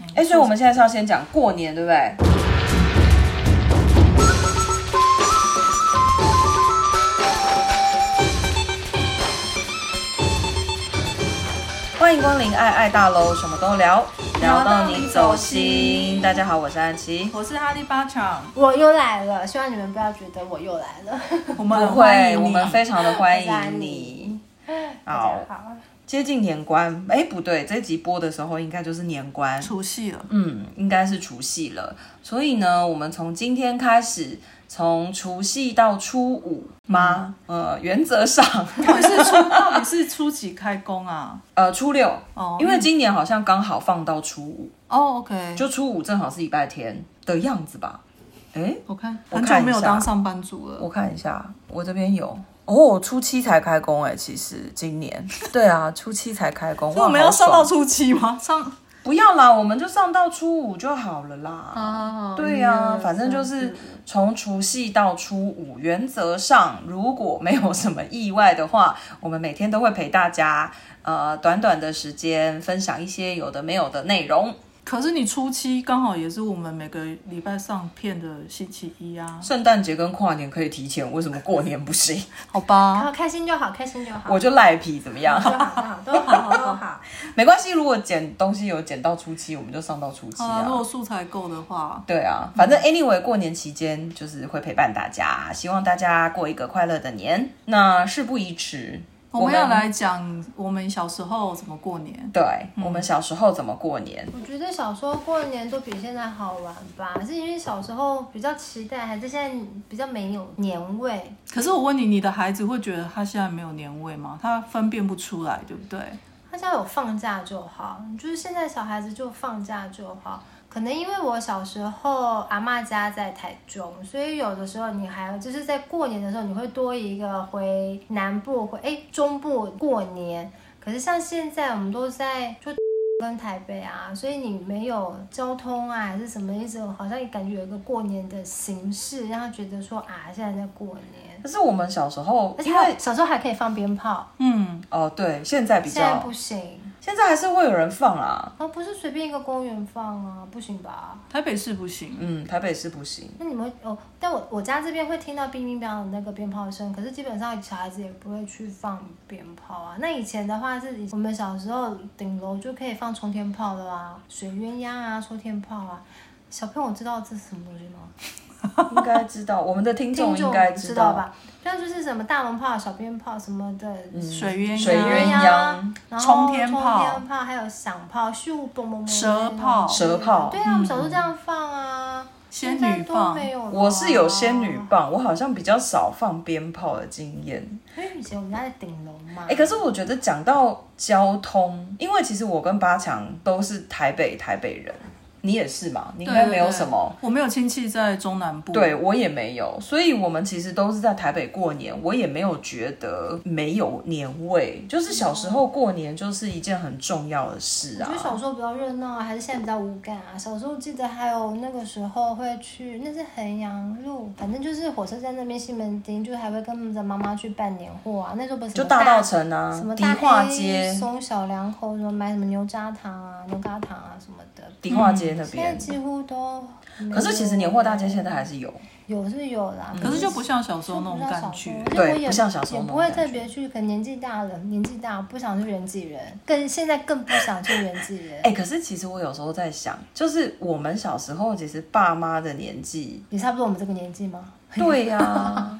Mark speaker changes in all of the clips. Speaker 1: 哎、
Speaker 2: 哎，所以我们现在是要先讲过年，对不对？欢迎光临爱爱大楼，什么都聊，聊
Speaker 1: 聊到
Speaker 2: 到你
Speaker 1: 你
Speaker 2: 走
Speaker 1: 走
Speaker 2: 心。
Speaker 1: 心
Speaker 2: 大家好，我是安琪。
Speaker 1: 我是哈利巴场，
Speaker 3: 我又来了，希望你们不要觉得我又来了。
Speaker 1: 我们很
Speaker 2: 不
Speaker 1: 欢
Speaker 2: 会，
Speaker 1: 迎你
Speaker 2: 我们非常的欢
Speaker 3: 我是安
Speaker 2: 迎你
Speaker 3: 妮。
Speaker 2: 好，
Speaker 3: 好，
Speaker 2: 接近年关，哎，不对，这集播的时候应该就是年关，
Speaker 1: 除夕了，
Speaker 2: 嗯，应该是除夕了。所以呢，我们从今天开始，从除夕到初五吗？呃，原则上，哦
Speaker 1: 到底是初到底是初几开工啊？
Speaker 2: 呃，初六，
Speaker 1: 哦，
Speaker 2: 因为今年好像刚好放到初五，
Speaker 1: 哦，OK，
Speaker 2: 就初五正好是礼拜天的样子吧？哎，
Speaker 1: 我看
Speaker 2: 我
Speaker 1: 很
Speaker 2: 看
Speaker 1: 久
Speaker 2: 一
Speaker 1: 没有
Speaker 2: 下
Speaker 1: 当上班族了，
Speaker 2: 我看一下，我这边有。哦，初七才开工哎、其实今 年，对啊，初七才开工，
Speaker 1: 所以我们
Speaker 2: 哇
Speaker 1: 要
Speaker 2: 好爽
Speaker 1: 上到初七吗？ 上
Speaker 2: 不要啦，我们就上到初五就好了啦。
Speaker 1: 啊
Speaker 2: 对呀、反正就是从除夕到初五，原则上如果没有什么意外的话，我们每天都会陪大家，呃，短短的时间分享一些有的没有的内容。
Speaker 1: 可是你初七刚好也是我们每个礼拜上片的星期一啊，
Speaker 2: 圣诞节跟跨年可以提前，为什么过年不行？
Speaker 1: 好吧？
Speaker 3: 好，开心就好，开心就好。
Speaker 2: 我就赖皮，怎么样？
Speaker 3: 就好，都好，都好，都好。
Speaker 2: 没关系，如果捡东西有捡到初七，我们就上到初七
Speaker 1: 好啦，
Speaker 2: 啊
Speaker 1: 如。果素材够的话，
Speaker 2: 对啊，反正 anyway，过年期间就是会陪伴大家，希望大家过一个快乐的年。那事不宜迟，
Speaker 1: 我们要来讲我们小时候怎么过年。
Speaker 2: 对、我
Speaker 3: 嗯
Speaker 2: 们小时候怎么过年？
Speaker 3: 我觉得小时候过年都比现在好玩吧，是因为小时候比较期待，还是现在比较没有年味？
Speaker 1: 可是我问你，你的孩子会觉得他现在没有年味吗？他分辨不出来，对不对？
Speaker 3: 他只要有放假就好，就是现在小孩子就放假就好。可能因为我小时候阿嬷家在台中，所以有的时候你还就是在过年的时候，你会多一个回南部回哎中部过年。可是像现在我们都在就跟台北啊，所以你没有交通啊还是什么，一直好像感觉有一个过年的形式，让他觉得说啊现在在过年，
Speaker 2: 可是我们小时候
Speaker 3: 而，且
Speaker 2: 因
Speaker 3: 还有
Speaker 2: 为
Speaker 3: 小时候还可以放鞭炮，
Speaker 1: 嗯，
Speaker 2: 哦，对，现在比
Speaker 3: 现在
Speaker 2: 较，
Speaker 3: 不行。
Speaker 2: 现在还是会有人放啊啦。
Speaker 3: 哦，不是随便一个公园放啊，不行吧？
Speaker 1: 台北市不行。
Speaker 2: 嗯，台北市不 行。
Speaker 3: 那你们会哦，但我我家这边会听到乒乒乓乓的那个鞭炮声，可是基本上小孩子也不会去放鞭炮啊。那以前的话是以，我们小时候顶楼就可以放冲天炮的啊，水鸳鸯啊，冲天炮啊。小朋友知道这是什么东西吗？
Speaker 2: 应该知道，我们的听众应该
Speaker 3: 知
Speaker 2: 道
Speaker 3: 道？吧？那就是什么大龙炮、小鞭炮什么的，啊
Speaker 1: 水鸳鸯、
Speaker 2: 嗯水鸳鸯、
Speaker 3: 然后
Speaker 1: 冲天炮
Speaker 3: 冲天炮还有响炮、咻嘣嘣嘣、
Speaker 1: 蛇炮
Speaker 2: 蛇炮嗯
Speaker 3: 对。啊，我们小时候这样放啊，
Speaker 1: 仙
Speaker 3: 现在
Speaker 1: 女
Speaker 3: 都
Speaker 1: 棒
Speaker 3: 没有了啊。
Speaker 2: 我是有仙女
Speaker 3: 哦
Speaker 2: 棒，我好像比较少放鞭炮的经验。
Speaker 3: 因为以前我们家在顶楼嘛。
Speaker 2: 哎、可是我觉得讲到交通，因为其实我跟八强都是台北台北人，你也是嘛？你应
Speaker 1: 对
Speaker 2: 该没有什么。，
Speaker 1: 对对我没有亲戚在中南部。
Speaker 2: 对，我也没有，所以我们其实都是在台北过年，我也没有觉得没有年味，就是小时候过年就是一件很重要的事
Speaker 3: 我觉得
Speaker 2: 啊。
Speaker 3: 小时候比较热闹啊，还是现在比较无感啊？小时候记得还有那个时候会去，那是衡阳路，反正就是火车站那边西门町，就是还会跟着妈妈去办年货啊。那时候不是什
Speaker 2: 就
Speaker 3: 么
Speaker 2: 大稻城啊
Speaker 3: 什么，
Speaker 2: 迪
Speaker 3: 大
Speaker 2: 化
Speaker 3: 黑
Speaker 2: 街，
Speaker 3: 松小两口，什么买什么牛轧糖啊、牛轧糖啊什么的，
Speaker 2: 迪化街那
Speaker 3: 现在
Speaker 2: 边。
Speaker 3: 几乎都没有。
Speaker 2: 可是其实年货大街现在还嗯是有，
Speaker 3: 有是有啦，
Speaker 1: 可是就不像小时候那种感觉。
Speaker 2: 对
Speaker 3: 对，我也
Speaker 2: 不像小时候
Speaker 3: 也
Speaker 2: 那种
Speaker 3: 不会
Speaker 2: 感觉
Speaker 3: 特别去，可能年纪大了，年纪大不想去人挤人，更现在更不想去人挤人。
Speaker 2: 哎、可是其实我有时候在想，就是我们小时候其实爸妈的年纪，
Speaker 3: 也差不多我们这个年纪吗？
Speaker 2: 对呀、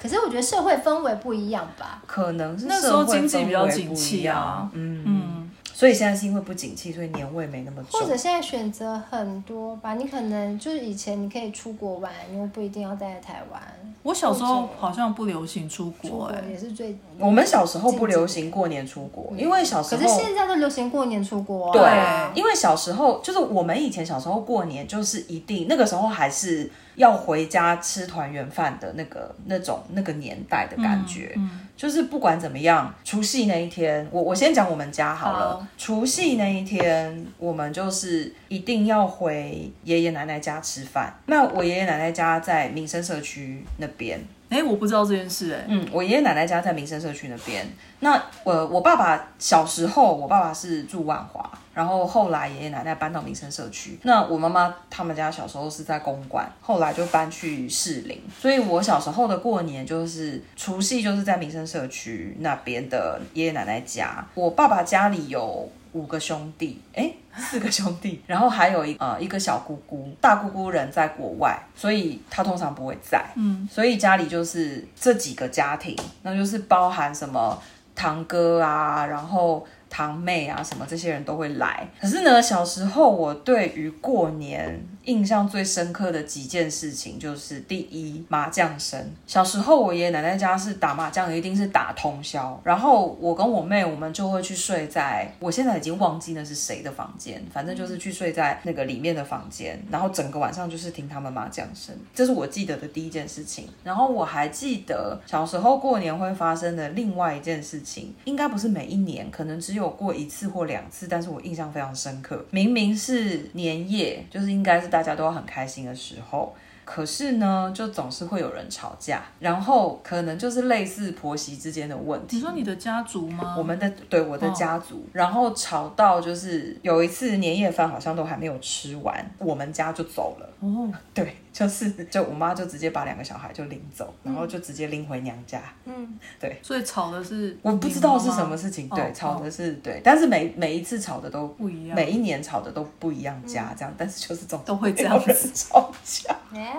Speaker 3: 可是我觉得社会氛围不一样吧。
Speaker 2: 可能是
Speaker 1: 那时
Speaker 2: 社
Speaker 1: 候
Speaker 2: 会
Speaker 1: 经济
Speaker 2: 氛
Speaker 1: 比较
Speaker 2: 围
Speaker 1: 景
Speaker 2: 不一
Speaker 1: 气
Speaker 2: 样
Speaker 1: 啊
Speaker 2: 嗯，
Speaker 1: 嗯，
Speaker 2: 所以现在是因为不景气，所以年味没那么重
Speaker 3: 或。者现在选择很多吧，你可能就是以前你可以出国玩，你又不一定要待在台湾。
Speaker 1: 我小时候
Speaker 3: 或者
Speaker 1: 好像不流行出
Speaker 3: 出
Speaker 1: 国、
Speaker 3: 国
Speaker 1: 欸，
Speaker 3: 也是最，
Speaker 2: 我们小时候不流行过年出国，因为小时
Speaker 3: 嗯可
Speaker 2: 候
Speaker 3: 是现在都流行过年出国、
Speaker 2: 对
Speaker 3: 啊。，
Speaker 2: 因为小时候就是我们以前小时候过年就是一定那个时候还是要回家吃团圆饭的那个那种那个年代的感觉。
Speaker 3: 嗯
Speaker 2: 就是不管怎么样，除夕那一天，我我先讲我们家好了。
Speaker 1: 好
Speaker 2: 除夕那一天，我们就是一定要回爷爷奶奶家吃饭。那我爷爷奶奶家在民生社区那边，
Speaker 1: 哎、我不知道这件事、哎，
Speaker 2: 嗯，我爷爷奶奶家呃在民生社区那边。那我我爸爸小时候，我爸爸是住万华，然后后来爷爷奶奶搬到民生社区。那我妈妈他们家小时候是在公馆，后来就搬去士林，所以我小时候的过年就是除夕就是在民生社区那边的爷爷奶奶家。我爸爸家里有五个兄弟，诶，四个兄弟，然后还有一呃一个小姑姑，大姑姑人在国外，所以她通常不会在，嗯，所以家里就是这几个家庭，那就是包含什么堂哥啊，然后堂妹啊，什么这些人都会来。可是呢，小时候我对于过年印象最深刻的几件事情，就是第一，麻将声。小时候我爷爷奶奶家是打麻将，一定是打通宵。然后我跟我妹，我们就会去睡在我现在已经忘记那是谁的房间，反正就是去睡在那个里面的房间。然后整个晚上就是听他们麻将声，这是我记得的第一件事情。然后我还记得小时候过年会发生的另外一件事情，应该不是每一年，可能只有过一次或两次，但是我印象非常深刻。明明是年夜，就是应该是大家都要很开心的时候。可是呢，就总是会有人吵架，然后可能就是类似婆媳之间的问题。
Speaker 1: 你说你的家族吗？
Speaker 2: 我们的对我的家族，然后吵到就是有一次年夜饭好像都还没有吃完，我们家就走了。
Speaker 1: 哦，
Speaker 2: 对，就是就我妈就直接把两个小孩就领走，然后就直接拎回娘家。
Speaker 3: 嗯，
Speaker 1: 所以吵的是
Speaker 2: 我不知道是什么事情，
Speaker 1: 哦
Speaker 2: 对，吵的是对，但是每每一次吵的都
Speaker 1: 不一样
Speaker 2: 每一年吵的都不一样家这样，但是就是总
Speaker 1: 都会这样
Speaker 2: 有人吵架。
Speaker 3: 哎、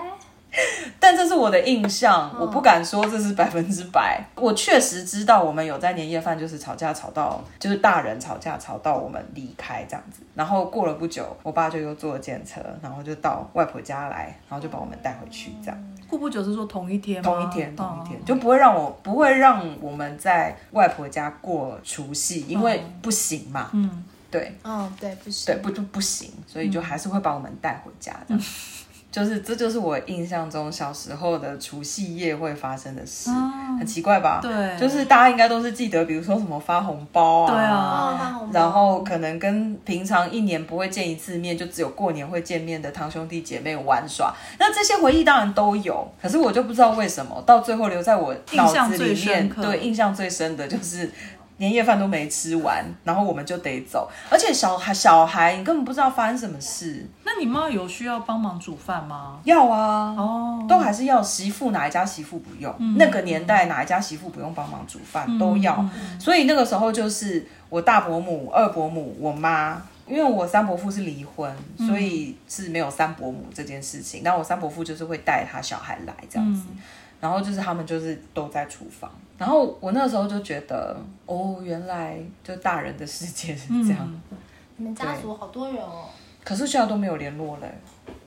Speaker 2: 但这是我的印象，
Speaker 1: 嗯
Speaker 2: 我不敢说这是百分之百。我确实知道我们有在年夜饭就是吵架吵到，就是大人吵架吵到我们离开这样子。然后过了不久，我爸就又坐检车，然后就到外婆家来，然后就把我们带回去这样。
Speaker 1: 过不久是说同一天吗？
Speaker 2: 同一天，同一天，
Speaker 1: 哦
Speaker 2: 就不会让我不会让我们在外婆家过除夕，因为不行嘛。
Speaker 1: 哦嗯，
Speaker 2: 对
Speaker 3: 哦，对，不是，
Speaker 2: 对，不就不行，所以就还是会把我们带回家
Speaker 1: 嗯
Speaker 2: 这样。就是这就是我印象中小时候的除夕夜会发生的事，很奇怪吧？
Speaker 1: 哦对
Speaker 2: 就是大家应该都是记得，比如说什么发红包啊，
Speaker 1: 对
Speaker 3: 哦，
Speaker 1: 啊
Speaker 3: 发红包
Speaker 2: 然后可能跟平常一年不会见一次面，就只有过年会见面的堂兄弟姐妹玩耍，那这些回忆当然都有。可是我就不知道为什么，到最后留在我脑
Speaker 1: 印象
Speaker 2: 子
Speaker 1: 最
Speaker 2: 里面
Speaker 1: 深，刻
Speaker 2: 对印象最深的就是。年夜饭都没吃完，然后我们就得走，而且小孩小孩你根本不知道发生什么事，
Speaker 1: 那你妈有需要帮忙煮饭吗？
Speaker 2: 要啊，
Speaker 1: 哦，
Speaker 2: 都还是要媳妇哪一家媳妇不用，那个年代哪一家媳妇不用帮忙煮饭、都要，所以那个时候就是我大伯母、二伯母、我妈。因为我三伯父是离婚，所以是没有三伯母这件事情。那、我三伯父就是会带他小孩来这样子，然后就是他们就是都在厨房。然后我那个时候就觉得，哦，原来就大人的世界是这样。
Speaker 1: 嗯
Speaker 3: 你们家族好多人哦，
Speaker 2: 可是现在都没有联络嘞、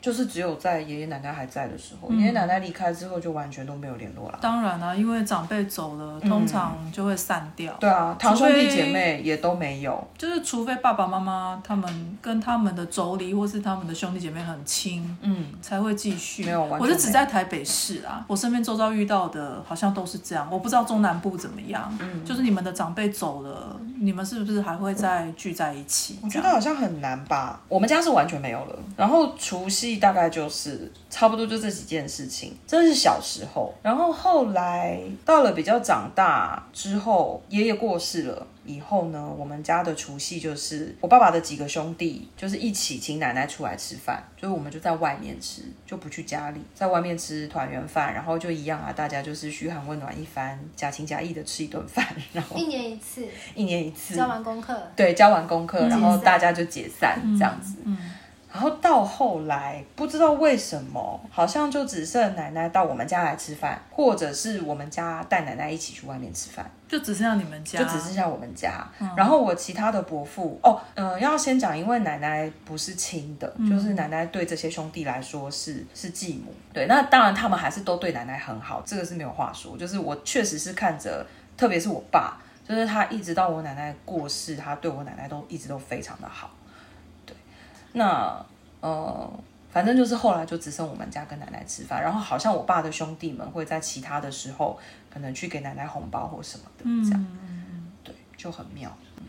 Speaker 2: 就是只有在爷爷奶奶还在的时候，爷爷奶奶离开之后就完全都没有联络了。
Speaker 1: 当然啦、啊因为长辈走了，
Speaker 2: 嗯
Speaker 1: 通常就会散掉。
Speaker 2: 对啊，
Speaker 1: 除
Speaker 2: 堂兄弟
Speaker 1: 非
Speaker 2: 姐妹也都没有。
Speaker 1: 就是除非爸爸妈妈他们跟他们的妯娌或是他们的兄弟姐妹很亲，
Speaker 2: 嗯，
Speaker 1: 才会继续。
Speaker 2: 没有完全
Speaker 1: 我是只
Speaker 2: 没有
Speaker 1: 在台北市啊，我身边周遭遇到的好像都是这样。我不知道中南部怎么样，
Speaker 2: 嗯
Speaker 1: 就是你们的长辈走了，你们是不是还会再聚在一起？
Speaker 2: 我
Speaker 1: 这
Speaker 2: 觉
Speaker 1: 样
Speaker 2: 得好像很难吧。我们家是完全没有了。然后除夕大概就是差不多就这几件事情，这是小时候。然后后来到了比较长大之后，爷爷过世了。以后呢，我们家的除夕就是我爸爸的几个兄弟，就是一起请奶奶出来吃饭，就是我们就在外面吃，就不去家里，在外面吃团圆饭，然后就一样啊，大家就是嘘寒问暖一番，假情假意的吃一顿饭，然后
Speaker 3: 一年一次，
Speaker 2: 一年一次，
Speaker 3: 交完功课，
Speaker 2: 对，交完功课，然后
Speaker 3: 散
Speaker 2: 大家就解散这样子。然后到后来，不知道为什么，好像就只剩奶奶到我们家来吃饭，或者是我们家带奶奶一起去外面吃饭，
Speaker 1: 就只剩下你们家，
Speaker 2: 就只剩下我们家。然后我其他的伯父，哦，呃，要先讲，因为奶奶不是亲的，就是奶奶对这些兄弟来说是是继母。对，那当然他们还是都对奶奶很好，这个是没有话说。就是我确实是看着，特别是我爸，就是他一直到我奶奶过世，他对我奶奶都一直都非常的好。对，那呃。反正就是后来就只剩我们家跟奶奶吃饭，然后好像我爸的兄弟们会在其他的时候可能去给奶奶红包或什么的，这样。对，就很妙。嗯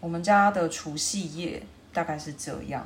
Speaker 2: 我们家的除夕夜大概是这样。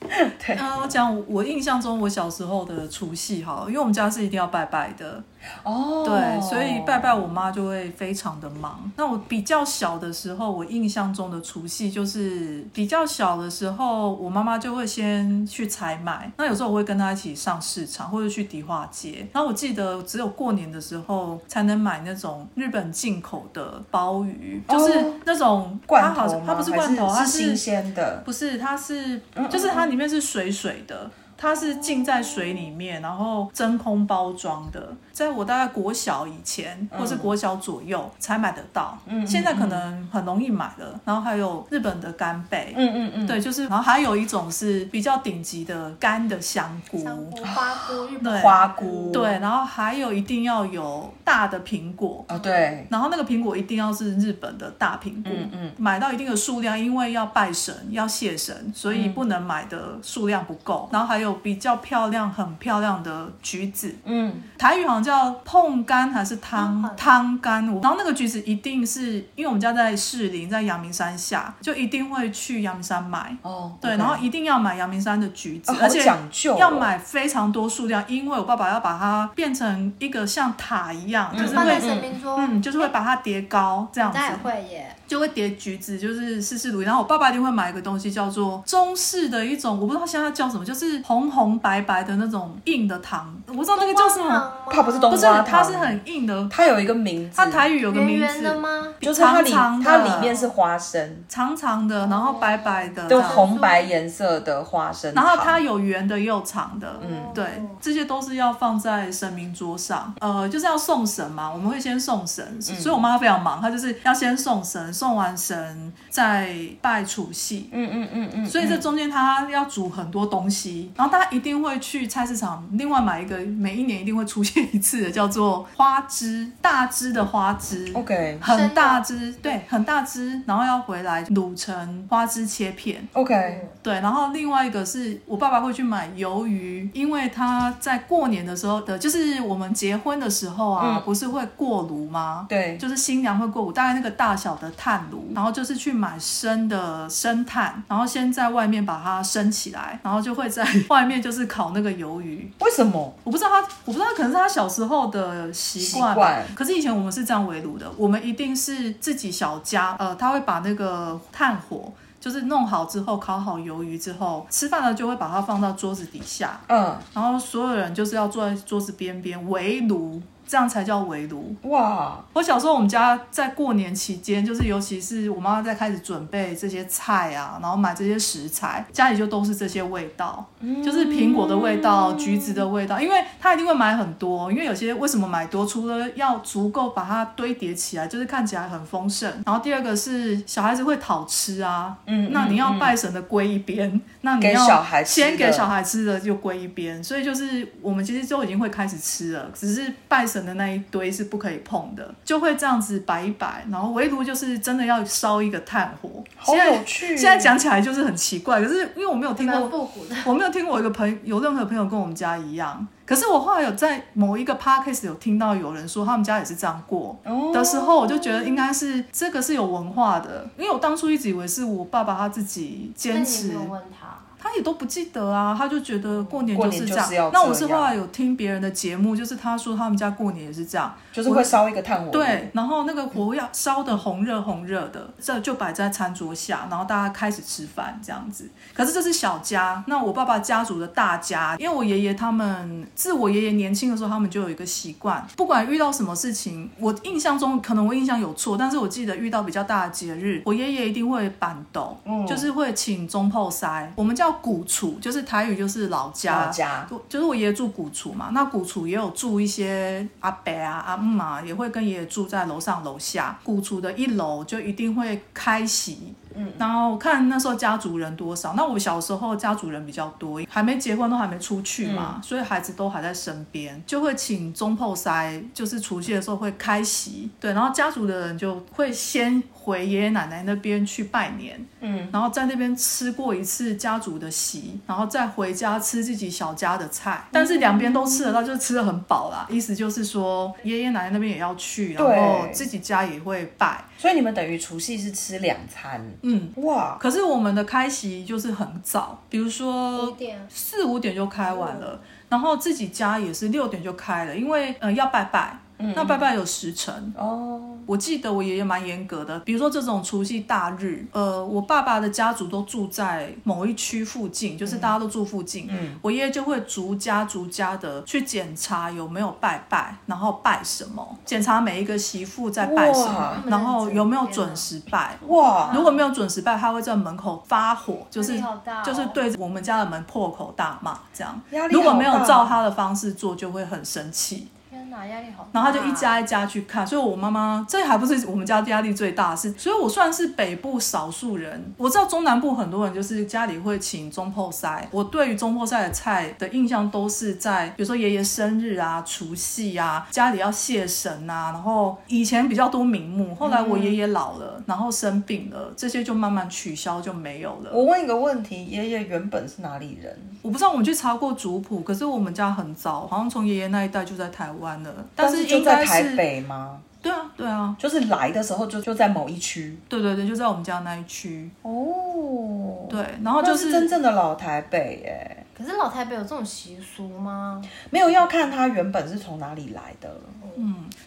Speaker 2: 对
Speaker 1: 那呃我讲我印象中我小时候的除夕哈，因为我们家是一定要拜拜的，
Speaker 2: 哦，
Speaker 1: 对，所以拜拜我妈就会非常的忙。那我比较小的时候，我印象中的除夕就是比较小的时候，我妈妈就会先去采买。那有时候我会跟她一起上市场或者去迪化街。然后我记得只有过年的时候才能买那种日本进口的鲍鱼，就是那种它
Speaker 2: 罐
Speaker 1: 好
Speaker 2: 头
Speaker 1: 像
Speaker 2: 吗？
Speaker 1: 它不是
Speaker 2: 还
Speaker 1: 罐头，它
Speaker 2: 是新鲜的。
Speaker 1: 不是，它是就是它里面是水水的，它是浸在水里面，然后真空包装的。在我大概国小以前，或是国小左右才买得到，现在可能很容易买了。然后还有日本的干贝。
Speaker 2: 嗯嗯嗯，
Speaker 1: 对，就是，然后还有一种是比较顶级的干的香菇，
Speaker 3: 香菇、花菇、日
Speaker 1: 对
Speaker 3: 本
Speaker 2: 嗯花菇
Speaker 1: 对，然后还有一定要有大的苹果，
Speaker 2: 哦对，
Speaker 1: 然后那个苹果一定要是日本的大苹果，
Speaker 2: 嗯嗯
Speaker 1: 买到一定的数量，因为要拜神、要谢神，所以不能买的数量不够。然后还有比较漂亮、很漂亮的橘子，
Speaker 2: 嗯，
Speaker 1: 台语好像叫碰干还是汤
Speaker 3: 嗯
Speaker 1: 汤干，然后那个橘子一定是因为我们家在士林，在阳明山下，就一定会去阳明山买。
Speaker 2: 哦
Speaker 1: 对，
Speaker 2: OK
Speaker 1: 然后一定要买阳明山的橘子，
Speaker 2: 哦好
Speaker 1: 而且
Speaker 2: 讲究哦
Speaker 1: 要买非常多数量，因为我爸爸要把它变成一个像塔一样，就是
Speaker 3: 放
Speaker 1: 会
Speaker 3: 在神明桌，
Speaker 1: 嗯，就是会把它叠高这样子
Speaker 3: 大，家也会耶。
Speaker 1: 就会叠橘子，就是四四如意。然后我爸爸一定会买一个东西，叫做中式的一种，我不知道现在叫什么，就是红红白白的那种硬的糖，我不知道那个
Speaker 3: 嗯
Speaker 1: 叫什么，
Speaker 3: 吗
Speaker 2: 它不是冬
Speaker 1: 不是
Speaker 2: 瓜，糖，
Speaker 1: 它是很硬的，
Speaker 2: 它有一个名字，
Speaker 1: 它台语有个
Speaker 3: 圆
Speaker 1: 名
Speaker 3: 圆的
Speaker 1: 字，
Speaker 3: 吗？
Speaker 2: 就是它里
Speaker 1: 长长的嗯
Speaker 2: 它里面是花生，
Speaker 1: 长长
Speaker 3: 哦
Speaker 1: 的，然后白白的，
Speaker 2: 就
Speaker 1: 这样
Speaker 2: 红白颜色的花生
Speaker 1: 然
Speaker 2: 糖，
Speaker 1: 后它有圆的也有长的，
Speaker 3: 嗯
Speaker 1: 对，这些都是要放在神明桌上，呃，就是要送神嘛，我们会先送神，
Speaker 2: 嗯
Speaker 1: 所以我妈非常忙，她就是要先送神，送完神再拜除夕，
Speaker 2: 嗯嗯嗯嗯，
Speaker 1: 所以这中间他要煮很多东西，然后他一定会去菜市场另外买一个，每一年一定会出现一次的，叫做花枝，大枝的花枝。
Speaker 2: OK
Speaker 1: 很大枝，对，很大枝，然后要回来卤成花枝切片，
Speaker 2: OK，
Speaker 1: 对，然后另外一个是我爸爸会去买鱿鱼，因为他在过年的时候的，就是我们结婚的时候啊，
Speaker 2: 嗯
Speaker 1: 不是会过炉吗？
Speaker 2: 对，
Speaker 1: 就是新娘会过午，大概那个大小的炭炉，然后就是去买生的生炭，然后先在外面把它升起来，然后就会在外面就是烤那个鱿鱼。
Speaker 2: 为什么？
Speaker 1: 我不知道他，我不知道，可能是他小时候的习惯
Speaker 2: 习
Speaker 1: 吧
Speaker 2: 惯。
Speaker 1: 可是以前我们是这样围炉的，我们一定是自己小家，呃，他会把那个炭火。就是弄好之后，烤好鱿鱼之后，吃饭了就会把它放到桌子底下，
Speaker 2: 嗯，
Speaker 1: 然后所有人就是要坐在桌子边边围炉，这样才叫围炉。
Speaker 2: 哇，
Speaker 1: 我小时候，我们家在过年期间，就是尤其是我妈妈在开始准备这些菜啊，然后买这些食材，家里就都是这些味道，
Speaker 2: 嗯
Speaker 1: 就是苹果的味道、橘子的味道，因为她一定会买很多，因为有些为什么买多，除了要足够把它堆叠起来，就是看起来很丰盛，然后第二个是小孩子会讨吃啊，
Speaker 2: 嗯
Speaker 1: 那你要
Speaker 2: 嗯嗯
Speaker 1: 拜神的归一边，那你
Speaker 2: 给
Speaker 1: 要
Speaker 2: 小孩吃
Speaker 1: 先给
Speaker 2: 的
Speaker 1: 小孩吃的就归一边，所以就是我们其实就已经会开始吃了，只是拜神的那一堆是不可以碰的，就会这样子摆一摆，然后唯独就是真的要烧一个炭火。
Speaker 2: 好
Speaker 1: 现在
Speaker 2: 有趣，
Speaker 1: 现在讲起来就是很奇怪，可是因为我没有听
Speaker 3: 蛮
Speaker 1: 过，
Speaker 3: 复古的。
Speaker 1: 我没有听过我一个朋有任何朋友跟我们家一样，可是我后来有在某一个 podcast 有听到有人说他们家也是这样过，
Speaker 2: 哦
Speaker 1: 的时候，我就觉得应该是这个是有文化的，因为我当初一直以为是我爸爸他自己
Speaker 3: 那
Speaker 1: 坚
Speaker 3: 你
Speaker 1: 持
Speaker 3: 有没，有问他？
Speaker 1: 他也都不记得啊，他就觉得过年
Speaker 2: 过
Speaker 1: 就
Speaker 2: 年
Speaker 1: 是
Speaker 2: 就
Speaker 1: 这
Speaker 2: 是
Speaker 1: 样。
Speaker 2: 要
Speaker 1: 那我
Speaker 2: 这
Speaker 1: 是
Speaker 2: 样
Speaker 1: 后来有听别人的节目，就是他说他们家过年也是这样，
Speaker 2: 就是会烧一个炭火，
Speaker 1: 对，，然后那个火要烧的红热红热的，这就摆在餐桌下，然后大家开始吃饭这样子。可是这是小家，那我爸爸家族的大家，因为我爷爷他们，自我爷爷年轻的时候，他们就有一个习惯，不管遇到什么事情，我印象中可能我印象有错，但是我记得遇到比较大的节日，我爷爷一定会板斗，
Speaker 2: 嗯
Speaker 1: 就是会请中炮塞，我们叫古厝，就是台语就是老家，
Speaker 2: 老家
Speaker 1: 就就是我爷爷住古厝嘛，那古厝也有住一些阿伯啊、阿姆啊，也会跟爷爷住在楼上楼下。古厝的一楼就一定会开席，嗯，然后看那时候家族人多少。那我小时候家族人比较多，还没结婚都还没出去嘛，所以孩子都还在身边，就会请中炮塞，就是除夕的时候会开席，对，然后家族的人就会先回爷爷奶奶那边去拜年，然后在那边吃过一次家族的席，然后再回家吃自己小家的菜，但是两边都吃得到，就是吃得很饱啦。意思就是说，爷爷奶奶那边也要去，然
Speaker 2: 对
Speaker 1: 后自己家也会拜。
Speaker 2: 所以你们等于除夕是吃两餐，
Speaker 1: 嗯，
Speaker 2: 哇，
Speaker 1: 可是我们的开席就是很早，比如
Speaker 3: 五
Speaker 1: 说
Speaker 3: 点，
Speaker 1: 四五点就开完了，然后自己家也是六点就开了，因为呃要拜拜，那拜拜有时辰。
Speaker 2: 嗯哦，
Speaker 1: 我记得我爷爷蛮严格的，比如说这种除夕大日，呃，我爸爸的家族都住在某一区附近，就是大家都住附近，
Speaker 2: 嗯
Speaker 1: 我爷爷就会逐家逐家的去检查有没有拜拜，然后拜什么，检查每一个媳妇在拜什
Speaker 2: 哇
Speaker 1: 么，然后有没有准时拜，
Speaker 2: 哇，
Speaker 1: 如果没有准时拜，他会在门口发火，就是
Speaker 3: 压力好大哦
Speaker 1: 就是对着我们家的门破口大骂这样
Speaker 2: 压力好。大
Speaker 1: 如果
Speaker 3: 哦
Speaker 1: 没有照他的方式做，就会很生气。
Speaker 3: 天哪，压力好大。
Speaker 1: 然后他就一家一家去看，所以我妈妈这还不是我们家压力最大的事，所以我算是北部少数人。我知道中南部很多人就是家里会请中破塞，我对于中破塞的菜的印象都是在比如说爷爷生日啊、除夕啊，家里要谢神啊，然后以前比较多名目，后来我
Speaker 2: 嗯
Speaker 1: 爷爷老了，然后生病了，这些就慢慢取消就没有了。
Speaker 2: 我问一个问题，爷爷原本是哪里人？
Speaker 1: 我不知道我们去查过族谱，可是我们家很早，好像从爷爷那一代就在台湾了，但
Speaker 2: 是就
Speaker 1: 应
Speaker 2: 在
Speaker 1: 该
Speaker 2: 台
Speaker 1: 是
Speaker 2: 北吗？
Speaker 1: 对啊，对啊，
Speaker 2: 就是来的时候就就在某一区
Speaker 1: 对对对，就在我们家那一区。
Speaker 2: 哦，
Speaker 1: 对，然后就
Speaker 2: 那是真正的老台北耶，
Speaker 3: 可是老台北有这种习俗吗？
Speaker 2: 没有要看他原本是从哪里来的。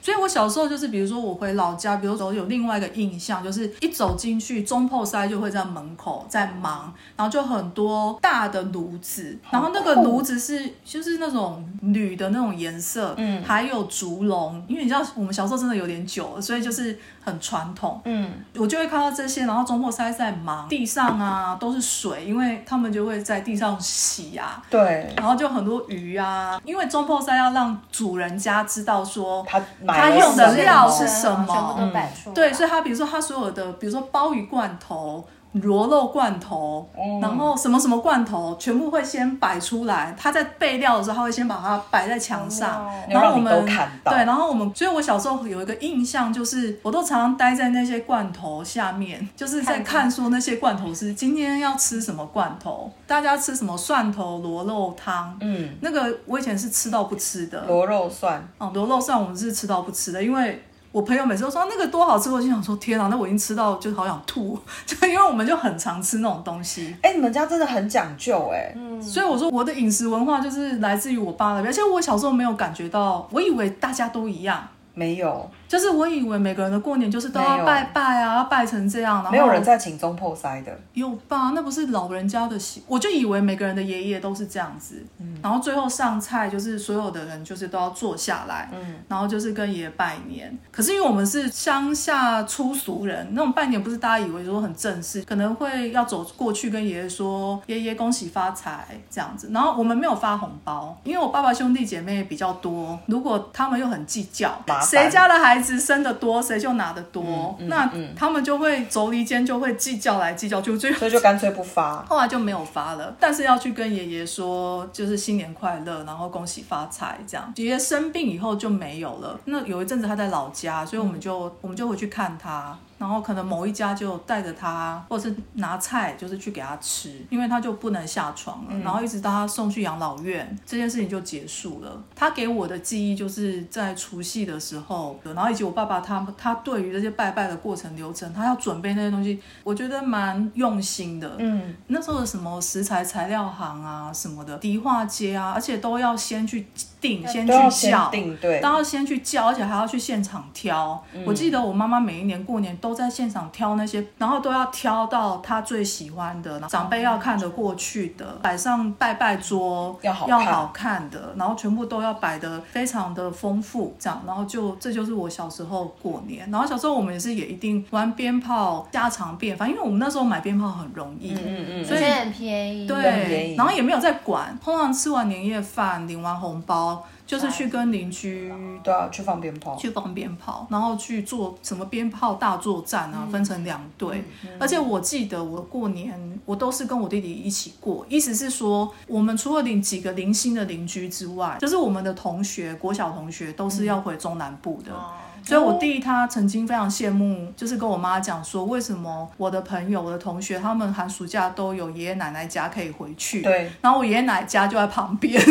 Speaker 1: 所以我小时候就是，比如说我回老家，比如说有另外一个印象，就是一走进去，中破塞就会在门口在忙，然后就很多大的炉子，然后那个炉子是就是那种铝的那种颜色，嗯，还有竹笼，因为你知道我们小时候真的有点久了，所以就是很传统，
Speaker 2: 嗯，
Speaker 1: 我就会看到这些，然后中破塞在忙，地上啊都是水，因为他们就会在地上洗啊，
Speaker 2: 对，
Speaker 1: 然后就很多鱼啊，因为中破塞要让主人家知道说，
Speaker 2: 他买
Speaker 1: 他
Speaker 2: 了
Speaker 1: 用的
Speaker 2: 什么
Speaker 1: 料是什么
Speaker 3: 全部都摆出来。
Speaker 1: 对，所以他比如说他所有的，比如说鲍鱼罐头、螺肉罐头，
Speaker 2: 哦
Speaker 1: 然后什么什么罐头，全部会先摆出来。他在备料的时候，他会先把它摆在墙上，
Speaker 3: 哦
Speaker 1: 然后
Speaker 2: 要
Speaker 1: 我
Speaker 2: 让你
Speaker 1: 们
Speaker 2: 都看到
Speaker 1: 对，然后我们，所以我小时候有一个印象就是，我都常常待在那些罐头下面，就是在看说那些罐头是今天要吃什么罐头，大家吃什么蒜头螺肉汤。
Speaker 2: 嗯，
Speaker 1: 那个我以前是吃到不吃的，
Speaker 2: 螺肉蒜，
Speaker 1: 哦，螺肉蒜我们是吃到不吃的，因为我朋友每次都说那个多好吃，我就想说天啊，那我已经吃到就好想吐， 就因为我们就很常吃那种东西。
Speaker 2: 哎，你们家真的很讲究哎，
Speaker 1: 所以我说我的饮食文化就是来自于我爸那边，而且我小时候没有感觉到，我以为大家都一样，
Speaker 2: 没有，
Speaker 1: 就是我以为每个人的过年就是都
Speaker 2: 没有
Speaker 1: 要拜拜啊，要拜成这样，然后
Speaker 2: 没有人在请中破塞的，
Speaker 1: 有吧？那不是老人家的习，我就以为每个人的爷爷都是这样子，
Speaker 2: 嗯
Speaker 1: 然后最后上菜就是所有的人就是都要坐下来，
Speaker 2: 嗯
Speaker 1: 然后就是跟爷爷拜年。可是因为我们是乡下粗俗人，那种拜年不是大家以为说很正式，可能会要走过去跟爷爷说爷爷恭喜发财这样子。然后我们没有发红包，因为我爸爸兄弟姐妹比较多，如果他们又很计较
Speaker 2: 麻，烦
Speaker 1: 谁家的孩子生的多，谁就拿得多，
Speaker 2: 嗯
Speaker 1: 那
Speaker 2: 嗯
Speaker 1: 他们就会妯娌间就会计较来计较去，最后
Speaker 2: 所以就干脆不发。
Speaker 1: 后来就没有发了，但是要去跟爷爷说，就是新年快乐，然后恭喜发财这样。爷爷生病以后就没有了，那有一阵子他在老家，所以我们就、我们就回去看他，然后可能某一家就带着他，或者是拿菜就是去给他吃，因为他就不能下床了，然后一直到他送去养老院，这件事情就结束了。他给我的记忆就是在除夕的时候，然后以及我爸爸他们他对于这些拜拜的过程流程，他要准备那些东西，我觉得蛮用心的，
Speaker 2: 嗯，
Speaker 1: 那时候的什么食材材料行啊什么的，迪化街啊，而且都要先去订，先
Speaker 2: 都要
Speaker 1: 去
Speaker 2: 先
Speaker 1: 叫，
Speaker 2: 定对，
Speaker 1: 都要先去叫，而且还要去现场挑。
Speaker 2: 嗯
Speaker 1: 我记得我妈妈每一年过年都在现场挑那些，然后都要挑到她最喜欢的，长辈要看得过去的，摆上拜拜桌
Speaker 2: 要好看
Speaker 1: 要好看的，然后全部都要摆得非常的丰富，这样，然后就这就是我小时候过年。然后小时候我们也是也一定玩鞭炮、家常便饭，因为我们那时候买鞭炮很容易，
Speaker 2: 嗯嗯
Speaker 1: 所
Speaker 3: 所
Speaker 1: 以
Speaker 3: 以很便宜。
Speaker 2: 更便宜
Speaker 1: 对，然后也没有在管，通常吃完年夜饭、领完红包，就是去跟邻居
Speaker 2: 嗯，对啊，去放鞭炮，
Speaker 1: 去放鞭炮，然后去做什么鞭炮大作战
Speaker 3: 嗯
Speaker 1: 啊，分成两队。而且我记得我过年我都是跟我弟弟一起过，意思是说我们除了领几个零星的邻居之外，就是我们的同学、国小同学都是要回中南部的。
Speaker 3: 嗯哦
Speaker 1: 所以，我弟他曾经非常羡慕，就是跟我妈讲说，为什么我的朋友、我的同学，他们寒暑假都有爷爷奶奶家可以回去，
Speaker 2: 对，
Speaker 1: 然后我爷爷奶奶家就在旁边，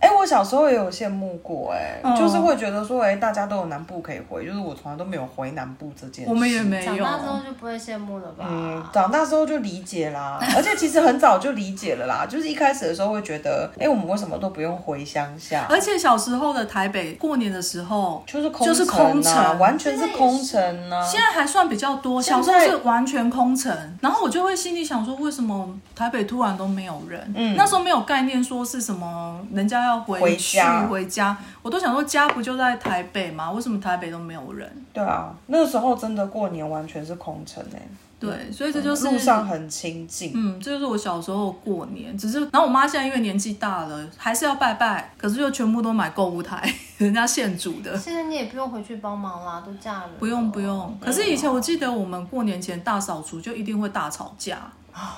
Speaker 2: 哎，我小时候也有羡慕过、哎、
Speaker 1: 嗯
Speaker 2: 就是会觉得说，哎、大家都有南部可以回，就是我从来都没有回南部这件事。
Speaker 1: 我们也没
Speaker 3: 长
Speaker 1: 有。
Speaker 3: 大之后就不会羡慕了吧？
Speaker 2: 嗯，长大之后就理解啦，而且其实很早就理解了啦，就是一开始的时候会觉得，哎、我们为什么都不用回乡下？
Speaker 1: 而且小时候的台北，过年的时候，
Speaker 2: 就是空、啊、
Speaker 1: 就是空城
Speaker 2: 完全是空城啊呢、
Speaker 1: 现在还算比较多，
Speaker 2: 现
Speaker 1: 小
Speaker 2: 在
Speaker 1: 时候是完全空城，然后我就会心里想说，为什么台北突然都没有人？嗯，那时候没有概念说是什么人家要回
Speaker 2: 回
Speaker 1: 去
Speaker 2: 家
Speaker 1: 回家，我都想说家不就在台北吗？为什么台北都没有人？
Speaker 2: 对啊，那个时候真的过年完全是空城哎、
Speaker 1: 对，所以这就是
Speaker 2: 路上很清静。
Speaker 1: 嗯，这就是我小时候过年，只是然后我妈现在因为年纪大了，还是要拜拜，可是就全部都买购物台， 人家现煮的。
Speaker 3: 现在你也不用回去帮忙啦，都嫁人了。
Speaker 1: 不用不用，可是以前我记得我们过年前大扫除就一定会大吵架，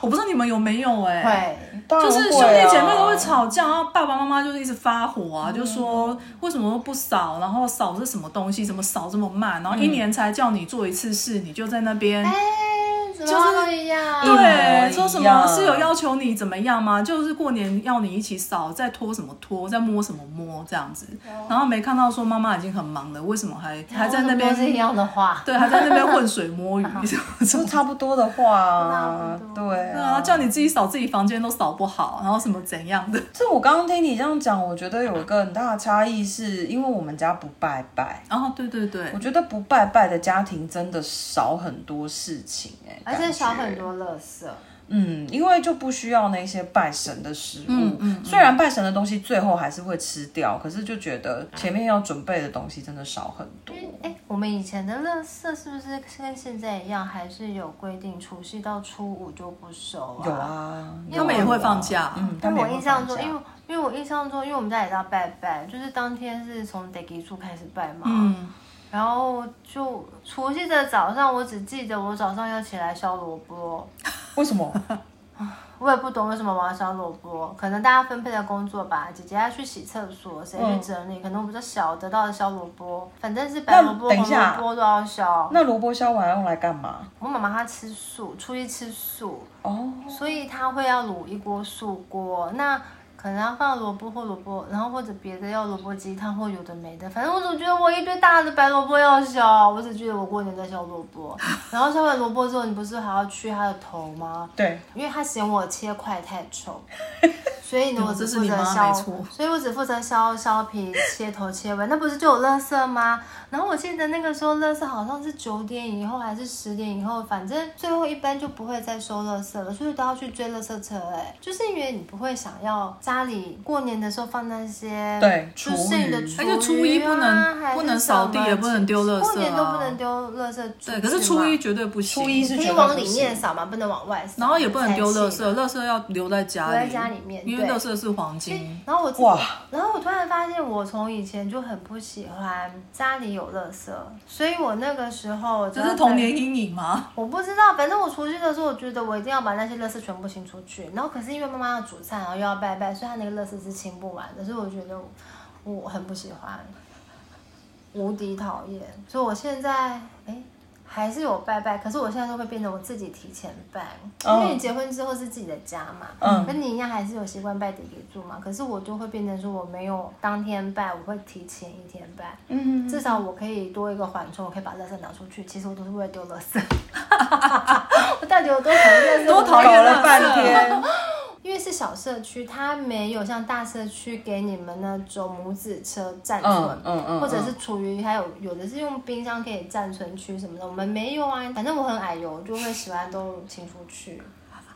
Speaker 1: 我不知道你们有没有哎、
Speaker 3: 会，
Speaker 2: 当然
Speaker 1: 就
Speaker 2: 会啊
Speaker 1: 是兄弟姐妹都会吵架，然后爸爸妈妈就是一直发火啊，就说为什么不扫，然后扫是什么东西，怎么扫这么慢，然后一年才叫你做一次事，你就在那边。
Speaker 3: 哎，怎么话都一样。
Speaker 2: 一模
Speaker 1: 对，
Speaker 2: 一
Speaker 1: 说什么
Speaker 2: 样
Speaker 1: 是有要求你怎么样吗？就是过年要你一起扫，再拖什么拖，再摸什么摸这样子。然后没看到说妈妈已经很忙了，为什么还还在那
Speaker 3: 都是一
Speaker 1: 边？
Speaker 3: 样的话。
Speaker 1: 对，还在那边浑水摸鱼， 什么什
Speaker 2: 都
Speaker 1: 么
Speaker 2: 差不多的话啊
Speaker 3: 差，不多
Speaker 2: 对
Speaker 1: 对啊，叫你自己扫自己房间都扫不好，然后什么怎样的？
Speaker 2: 这我刚刚听你这样讲，我觉得有一个很大的差异，是因为我们家不拜拜。
Speaker 1: 哦，对对对
Speaker 2: 我，觉得不拜拜的家庭真的少很多事情、哎，
Speaker 3: 而且
Speaker 2: 感觉
Speaker 3: 少很。多垃圾，
Speaker 2: 嗯，因为就不需要那些拜神的食物。
Speaker 1: 嗯嗯
Speaker 2: 虽然拜神的东西最后还是会吃掉，可是就觉得前面要准备的东西真的少很多。
Speaker 3: 哎，我们以前的垃圾是不是跟现在一样，还是有规定除夕到初五就不收啊？
Speaker 2: 有。啊，
Speaker 1: 他们也会放假
Speaker 2: 嗯，他
Speaker 3: 因
Speaker 2: 们也
Speaker 3: 为我
Speaker 2: 会
Speaker 3: 印象
Speaker 2: 放
Speaker 3: 中，
Speaker 2: 假
Speaker 3: 因为因为我印象中，因为我们家也是要拜拜，就是当天是从得吉处开始拜嘛，
Speaker 1: 嗯，
Speaker 3: 然后就除夕的早上，我只记得我早上要起来削萝卜，
Speaker 2: 为什么？
Speaker 3: 我也不懂为什么我要削萝卜，可能大家分配的工作吧。姐姐要去洗厕所，谁去整理？可能我比较小得到的削萝卜，反正是白萝
Speaker 2: 嗯
Speaker 3: 卜、
Speaker 2: 那等
Speaker 3: 红
Speaker 2: 一下
Speaker 3: 萝卜都要削。
Speaker 2: 那萝卜削完用来干嘛？
Speaker 3: 我妈妈她吃素，初一吃素，
Speaker 2: 哦，
Speaker 3: 所以她会要卤一锅素锅，那可能要放萝卜或萝卜，然后或者别的要萝卜鸡汤或有的没的，反正我总觉得我一堆大的白萝卜要削，我只觉得我过年在削萝卜， 然后削完萝卜之后，你不是还要去它的头吗？
Speaker 2: 对，
Speaker 3: 因为他嫌我切块太 丑，所以呢，我只
Speaker 1: 这是
Speaker 3: 负
Speaker 1: 你
Speaker 3: 责
Speaker 1: 妈
Speaker 3: 削
Speaker 1: 没错，
Speaker 3: 所以我只负责削削皮、切头、切尾，那不是就有垃圾吗？然后我记得那个时候，垃圾好像是九点以后还是十点以后，反正最后一般就不会再收垃圾了，所以都要去追垃圾车、哎，就是因为你不会想要家里过年的时候放那些
Speaker 2: 对
Speaker 3: 不剩的
Speaker 2: 厨余
Speaker 3: 厨
Speaker 1: 而
Speaker 3: 余啊
Speaker 1: 且初一不能
Speaker 3: 还是
Speaker 1: 不能扫地，
Speaker 3: 什么
Speaker 1: 也不能丢垃圾、啊，
Speaker 3: 过年都不能丢垃圾出去嘛，
Speaker 1: 对，可是初一绝对不行，
Speaker 2: 初一是
Speaker 3: 可
Speaker 2: 绝
Speaker 3: 以
Speaker 2: 对
Speaker 3: 往
Speaker 2: 不
Speaker 3: 里
Speaker 2: 行
Speaker 3: 面扫嘛，不能往外扫，
Speaker 1: 然后也不能丢垃圾
Speaker 3: 才，行
Speaker 1: 垃圾要留在家里，
Speaker 3: 留在家里面
Speaker 1: 因为
Speaker 3: 对
Speaker 1: 垃圾是黄金。
Speaker 3: 然后我自己
Speaker 2: 哇，
Speaker 3: 然后我突然发现，我从以前就很不喜欢家里有垃圾，所以我那个时候
Speaker 1: 这是童年。阴影吗？
Speaker 3: 我不知道，反正我除夕的时候，我觉得我一定要把那些垃圾全部清出去。然后可是因为妈妈要煮菜，然后又要拜拜，所以她那个垃圾是清不完的，所以我觉得我我很不喜欢，无敌讨厌。所以我现在哎还是有拜拜，可是我现在都会变成我自己提前拜，因为你结婚之后是自己的家嘛，
Speaker 2: 嗯
Speaker 3: 跟你一样还是有习惯拜地给住嘛。可是我就会变成说我没有当天拜，我会提前一天拜，
Speaker 2: 嗯，
Speaker 3: 至少我可以多一个缓冲，我可以把垃圾拿出去。其实我都是为了丢垃圾， 我到底有多讨厌垃圾？
Speaker 1: 多讨
Speaker 2: 搞
Speaker 1: 厌
Speaker 2: 了
Speaker 1: 垃圾
Speaker 2: 半 天，
Speaker 3: 因为是小社区，它没有像大社区给你们那种母子车暂存，
Speaker 2: 嗯嗯嗯，
Speaker 3: 或者
Speaker 2: 嗯
Speaker 3: 是厨余，还有有的是用冰箱可以暂存区什么的，我们没有啊。反正我很矮油，我就会喜欢都清出去。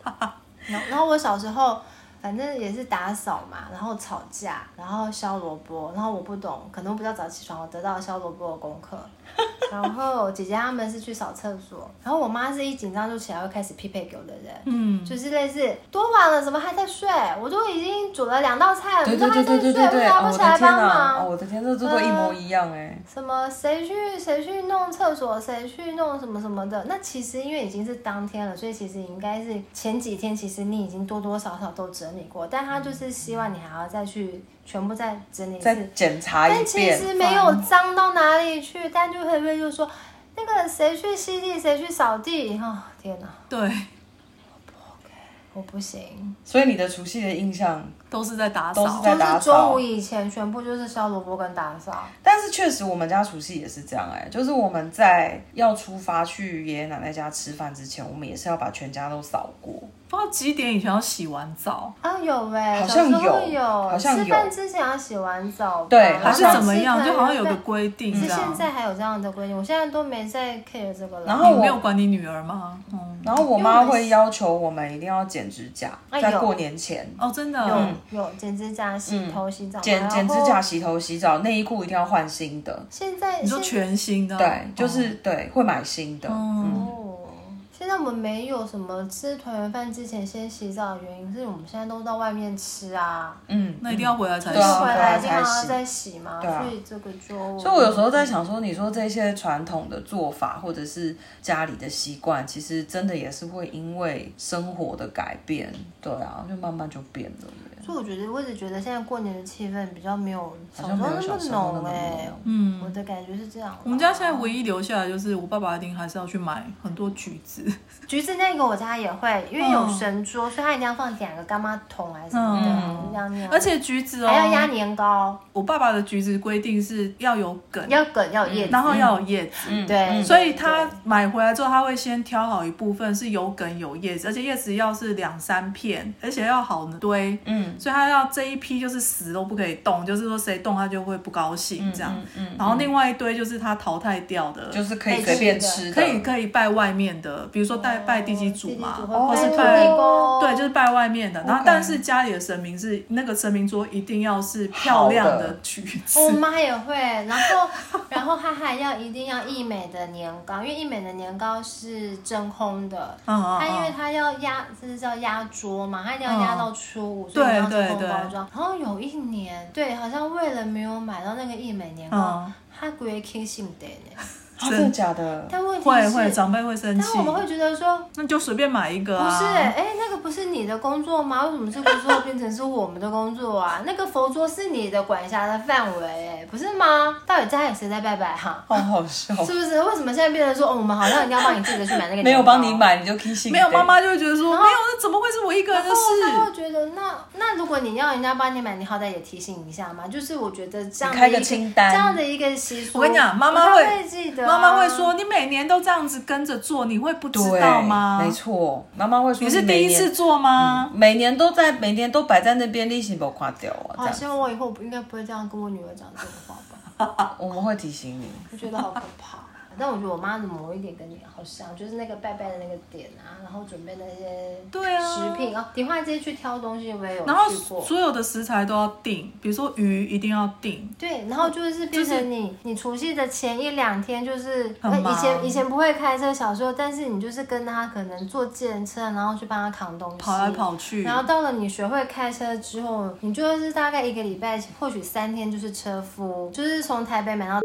Speaker 3: 然后然后我小时候。反正也是打扫嘛，然后吵架，然后削萝卜，然后我不懂，可能我比较早起床，我得到了削萝卜的功课。然后姐姐他们是去扫厕所，然后我妈是一紧张就起来会开始匹配给我的人，
Speaker 1: 嗯，
Speaker 3: 就是类似多晚了，怎么还在睡？我都已经煮了两道菜了，
Speaker 2: 对哦
Speaker 3: 你哎都
Speaker 2: 对对
Speaker 3: 还在
Speaker 2: 对
Speaker 3: 睡，
Speaker 2: 对
Speaker 3: 为
Speaker 2: 对对，
Speaker 3: 什么
Speaker 2: 哦
Speaker 3: 不
Speaker 2: 我
Speaker 3: 起
Speaker 2: 的
Speaker 3: 来
Speaker 2: 天
Speaker 3: 帮
Speaker 2: 哪，哦
Speaker 3: 忙？嗯
Speaker 2: 我的天，这这都一模一样哎，
Speaker 3: 什么谁去谁去弄厕所，谁去弄什么什么的？那其实因为已经是当天了，所以其实应该是前几天，其实你已经多多少少都整理过，但他就是希望你还要再去全部再整理一
Speaker 2: 再
Speaker 3: 次。
Speaker 2: 检查一
Speaker 3: 但其
Speaker 2: 遍，
Speaker 3: 实没有脏到哪里去，但就会会就说那个谁去吸地，谁去扫地，哦天哪！
Speaker 1: 对。
Speaker 3: 我不行，
Speaker 2: 所以你的除夕的印象，
Speaker 1: 都是在打
Speaker 2: 都是
Speaker 1: 扫
Speaker 2: 在。
Speaker 3: 就
Speaker 2: 打
Speaker 3: 是
Speaker 2: 扫
Speaker 3: 中午以前全部就是削萝卜跟打扫。
Speaker 2: 但是确实我们家除夕也是这样哎、就是我们在要出发去爷爷奶奶家吃饭之前，我们也是要把全家都扫过。
Speaker 1: 不知道几点以前要洗完澡，
Speaker 3: 啊，有哎、
Speaker 2: 好
Speaker 3: 小
Speaker 2: 像
Speaker 3: 时候
Speaker 2: 有
Speaker 3: 有，
Speaker 2: 好像
Speaker 3: 吃
Speaker 2: 有
Speaker 3: 饭之前要洗完澡吧，
Speaker 2: 对好
Speaker 1: 还
Speaker 2: 像
Speaker 1: 是怎么样？就好像有个规啊定
Speaker 3: 定
Speaker 1: 这
Speaker 3: 是现
Speaker 1: 样。
Speaker 3: 在还有这样的规定，我现在都没在 care 这个了。
Speaker 2: 然后
Speaker 1: 你
Speaker 2: 我
Speaker 1: 没有管你女儿吗？嗯，
Speaker 2: 然后我
Speaker 3: 因为
Speaker 2: 妈
Speaker 3: 我们
Speaker 2: 会要求我们一定要剪指甲，
Speaker 3: 哎
Speaker 2: 在
Speaker 3: 有
Speaker 2: 过年前
Speaker 1: 哦，真的，
Speaker 3: 有、
Speaker 1: 嗯
Speaker 3: 有剪指甲、洗头、洗澡，
Speaker 2: 嗯剪
Speaker 3: 然后
Speaker 2: 剪指甲、。洗头、洗澡，内衣裤一定要换新的。
Speaker 3: 现在
Speaker 1: 你说
Speaker 3: 现
Speaker 1: 全新的，啊
Speaker 2: 对，就是、对，会买新的。嗯，
Speaker 3: 哦，现在我们没有什么吃团圆饭之前先洗澡的原因，是我们现在都到外面吃啊，
Speaker 2: 嗯，
Speaker 1: 那一定要回来才
Speaker 3: 就
Speaker 2: 对
Speaker 1: 行。
Speaker 3: 是
Speaker 2: 啊
Speaker 3: 回来一
Speaker 2: 对
Speaker 3: 定
Speaker 2: 啊才
Speaker 3: 要
Speaker 2: 洗
Speaker 3: 再洗嘛，
Speaker 2: 对啊
Speaker 3: 所以这个就
Speaker 2: 所以我有时候在想说，你说这些传统的做法或者是家里的习惯，其实真的也是会因为生活的改变，对啊，就慢慢就变了耶。
Speaker 3: 所以我觉得，我一直觉得现在过年的气氛比较没有小
Speaker 2: 好
Speaker 3: 时
Speaker 2: 像没
Speaker 3: 候
Speaker 2: 有小时候那
Speaker 3: 浓
Speaker 2: 么
Speaker 1: 欸
Speaker 3: 哎、
Speaker 2: 浓
Speaker 3: 嗯，我的感觉是这样。
Speaker 1: 我们家现在唯一留下来就是我爸爸一定还是要去买很多橘子，
Speaker 3: 橘子那个我家也会，因为有神桌，所以它一定要放两个干妈桶还是什么的，
Speaker 1: 嗯
Speaker 3: 这样那样
Speaker 1: 而且橘子哦，
Speaker 3: 还要压年糕，
Speaker 1: 我爸爸的橘子规定是要有梗，
Speaker 3: 要梗要有叶子，
Speaker 1: 然后要有叶子。
Speaker 2: 嗯
Speaker 3: 对，
Speaker 1: 所以他买回来之后，他会先挑好一部分是有梗有叶子，而且叶子要是两三片，而且要好堆。
Speaker 2: 嗯，
Speaker 1: 所以他要这一批就是死都不可以动，就是说谁动他就会不高兴这样。
Speaker 2: 嗯嗯
Speaker 1: 然后另外一堆就是他淘汰掉的，
Speaker 2: 就是可以随便吃的，
Speaker 1: 可以可以拜外面的，比如说拜拜地基主嘛，或是
Speaker 3: 土
Speaker 1: 拜
Speaker 3: 哦地公，
Speaker 1: 对，就是拜外面的。然后
Speaker 2: OK
Speaker 1: 但是家里的神明是那个神明桌一定要是漂亮
Speaker 2: 好的
Speaker 1: 的橘子。
Speaker 3: 我妈也会，然后 然后她还要一定要益美的年糕，因为益美的年糕是真空的。
Speaker 1: 嗯嗯
Speaker 3: 她因为
Speaker 1: 嗯，
Speaker 3: 她要压，这是叫压桌嘛，她一定要压
Speaker 1: 嗯
Speaker 3: 到初五，所以一定要
Speaker 1: 对
Speaker 3: 真空
Speaker 1: 对
Speaker 3: 包
Speaker 1: 对
Speaker 3: 装。然后有一年，对，好像为了没有买到那个益美年糕
Speaker 1: 嗯，
Speaker 3: 她故意 k i s 的呢。
Speaker 2: 啊，真的假 的？
Speaker 3: 但问题
Speaker 1: 嗯会会
Speaker 3: 是，
Speaker 1: 长辈会生
Speaker 3: 但
Speaker 1: 气
Speaker 3: 我，们会觉得说，
Speaker 1: 那就随便买一个
Speaker 3: 不
Speaker 1: 啊。
Speaker 3: 是，哎，那个不是你的工作吗？为什么这个时候变成是我们的工作啊？ 那个佛桌是你的管辖的范围，哎，不是吗？到底家里谁在拜拜哈？
Speaker 2: 好好笑，
Speaker 3: 是不是？为什么现在变成说，哦，我们好像一定要帮你记得去买那个？
Speaker 2: 没有帮你，买你就 kiss，
Speaker 1: 没有妈妈就会觉得说，没有，那怎么会是我一个人的
Speaker 3: 然后他
Speaker 1: 事？
Speaker 3: 会觉得，那那如果你要人家帮你买，你好歹也提醒一下嘛。就是我觉得这样
Speaker 2: 你
Speaker 3: 的
Speaker 2: 开
Speaker 3: 一
Speaker 2: 个
Speaker 3: 个
Speaker 2: 清单
Speaker 3: 这样的一个习俗，
Speaker 1: 我跟你讲妈妈
Speaker 3: 不
Speaker 1: 会
Speaker 3: 太记得
Speaker 1: 妈
Speaker 3: 啊，
Speaker 1: 妈会说，你每年都这样子跟着做，你会不知
Speaker 2: 对
Speaker 1: 道吗？
Speaker 2: 没，错，妈妈会说
Speaker 1: 你是
Speaker 2: 每
Speaker 1: 第一
Speaker 2: 年
Speaker 1: 次做吗？
Speaker 2: 每年都在，每年都摆在那边，利息不垮掉啊！这
Speaker 3: 好，
Speaker 2: 样
Speaker 3: 希
Speaker 2: 子，
Speaker 3: 望我以后不应该不会这样跟我女儿讲这种话 吧。
Speaker 2: 我们会提醒你。
Speaker 3: 我觉得好可怕。但我觉得我妈的某一点跟你好像，就是那个拜拜的那个点啊，然后准备那些
Speaker 1: 对啊
Speaker 3: 食品啊，迪化街去挑东西嗯我也有
Speaker 1: 然后
Speaker 3: 去过。
Speaker 1: 所有的食材都要定，比如说鱼一定要定，
Speaker 3: 对，然后就是变成你，你除夕的前一两天就是，
Speaker 1: 很
Speaker 3: 呃
Speaker 1: 忙
Speaker 3: 以前以前不会开车，小时候，但是你就是跟他可能坐计程车，然后去帮他扛东西，
Speaker 1: 跑来跑去
Speaker 3: 然后到了你学会开车之后，你就是大概一个礼拜，或许三天就是车夫，就是从台北买到。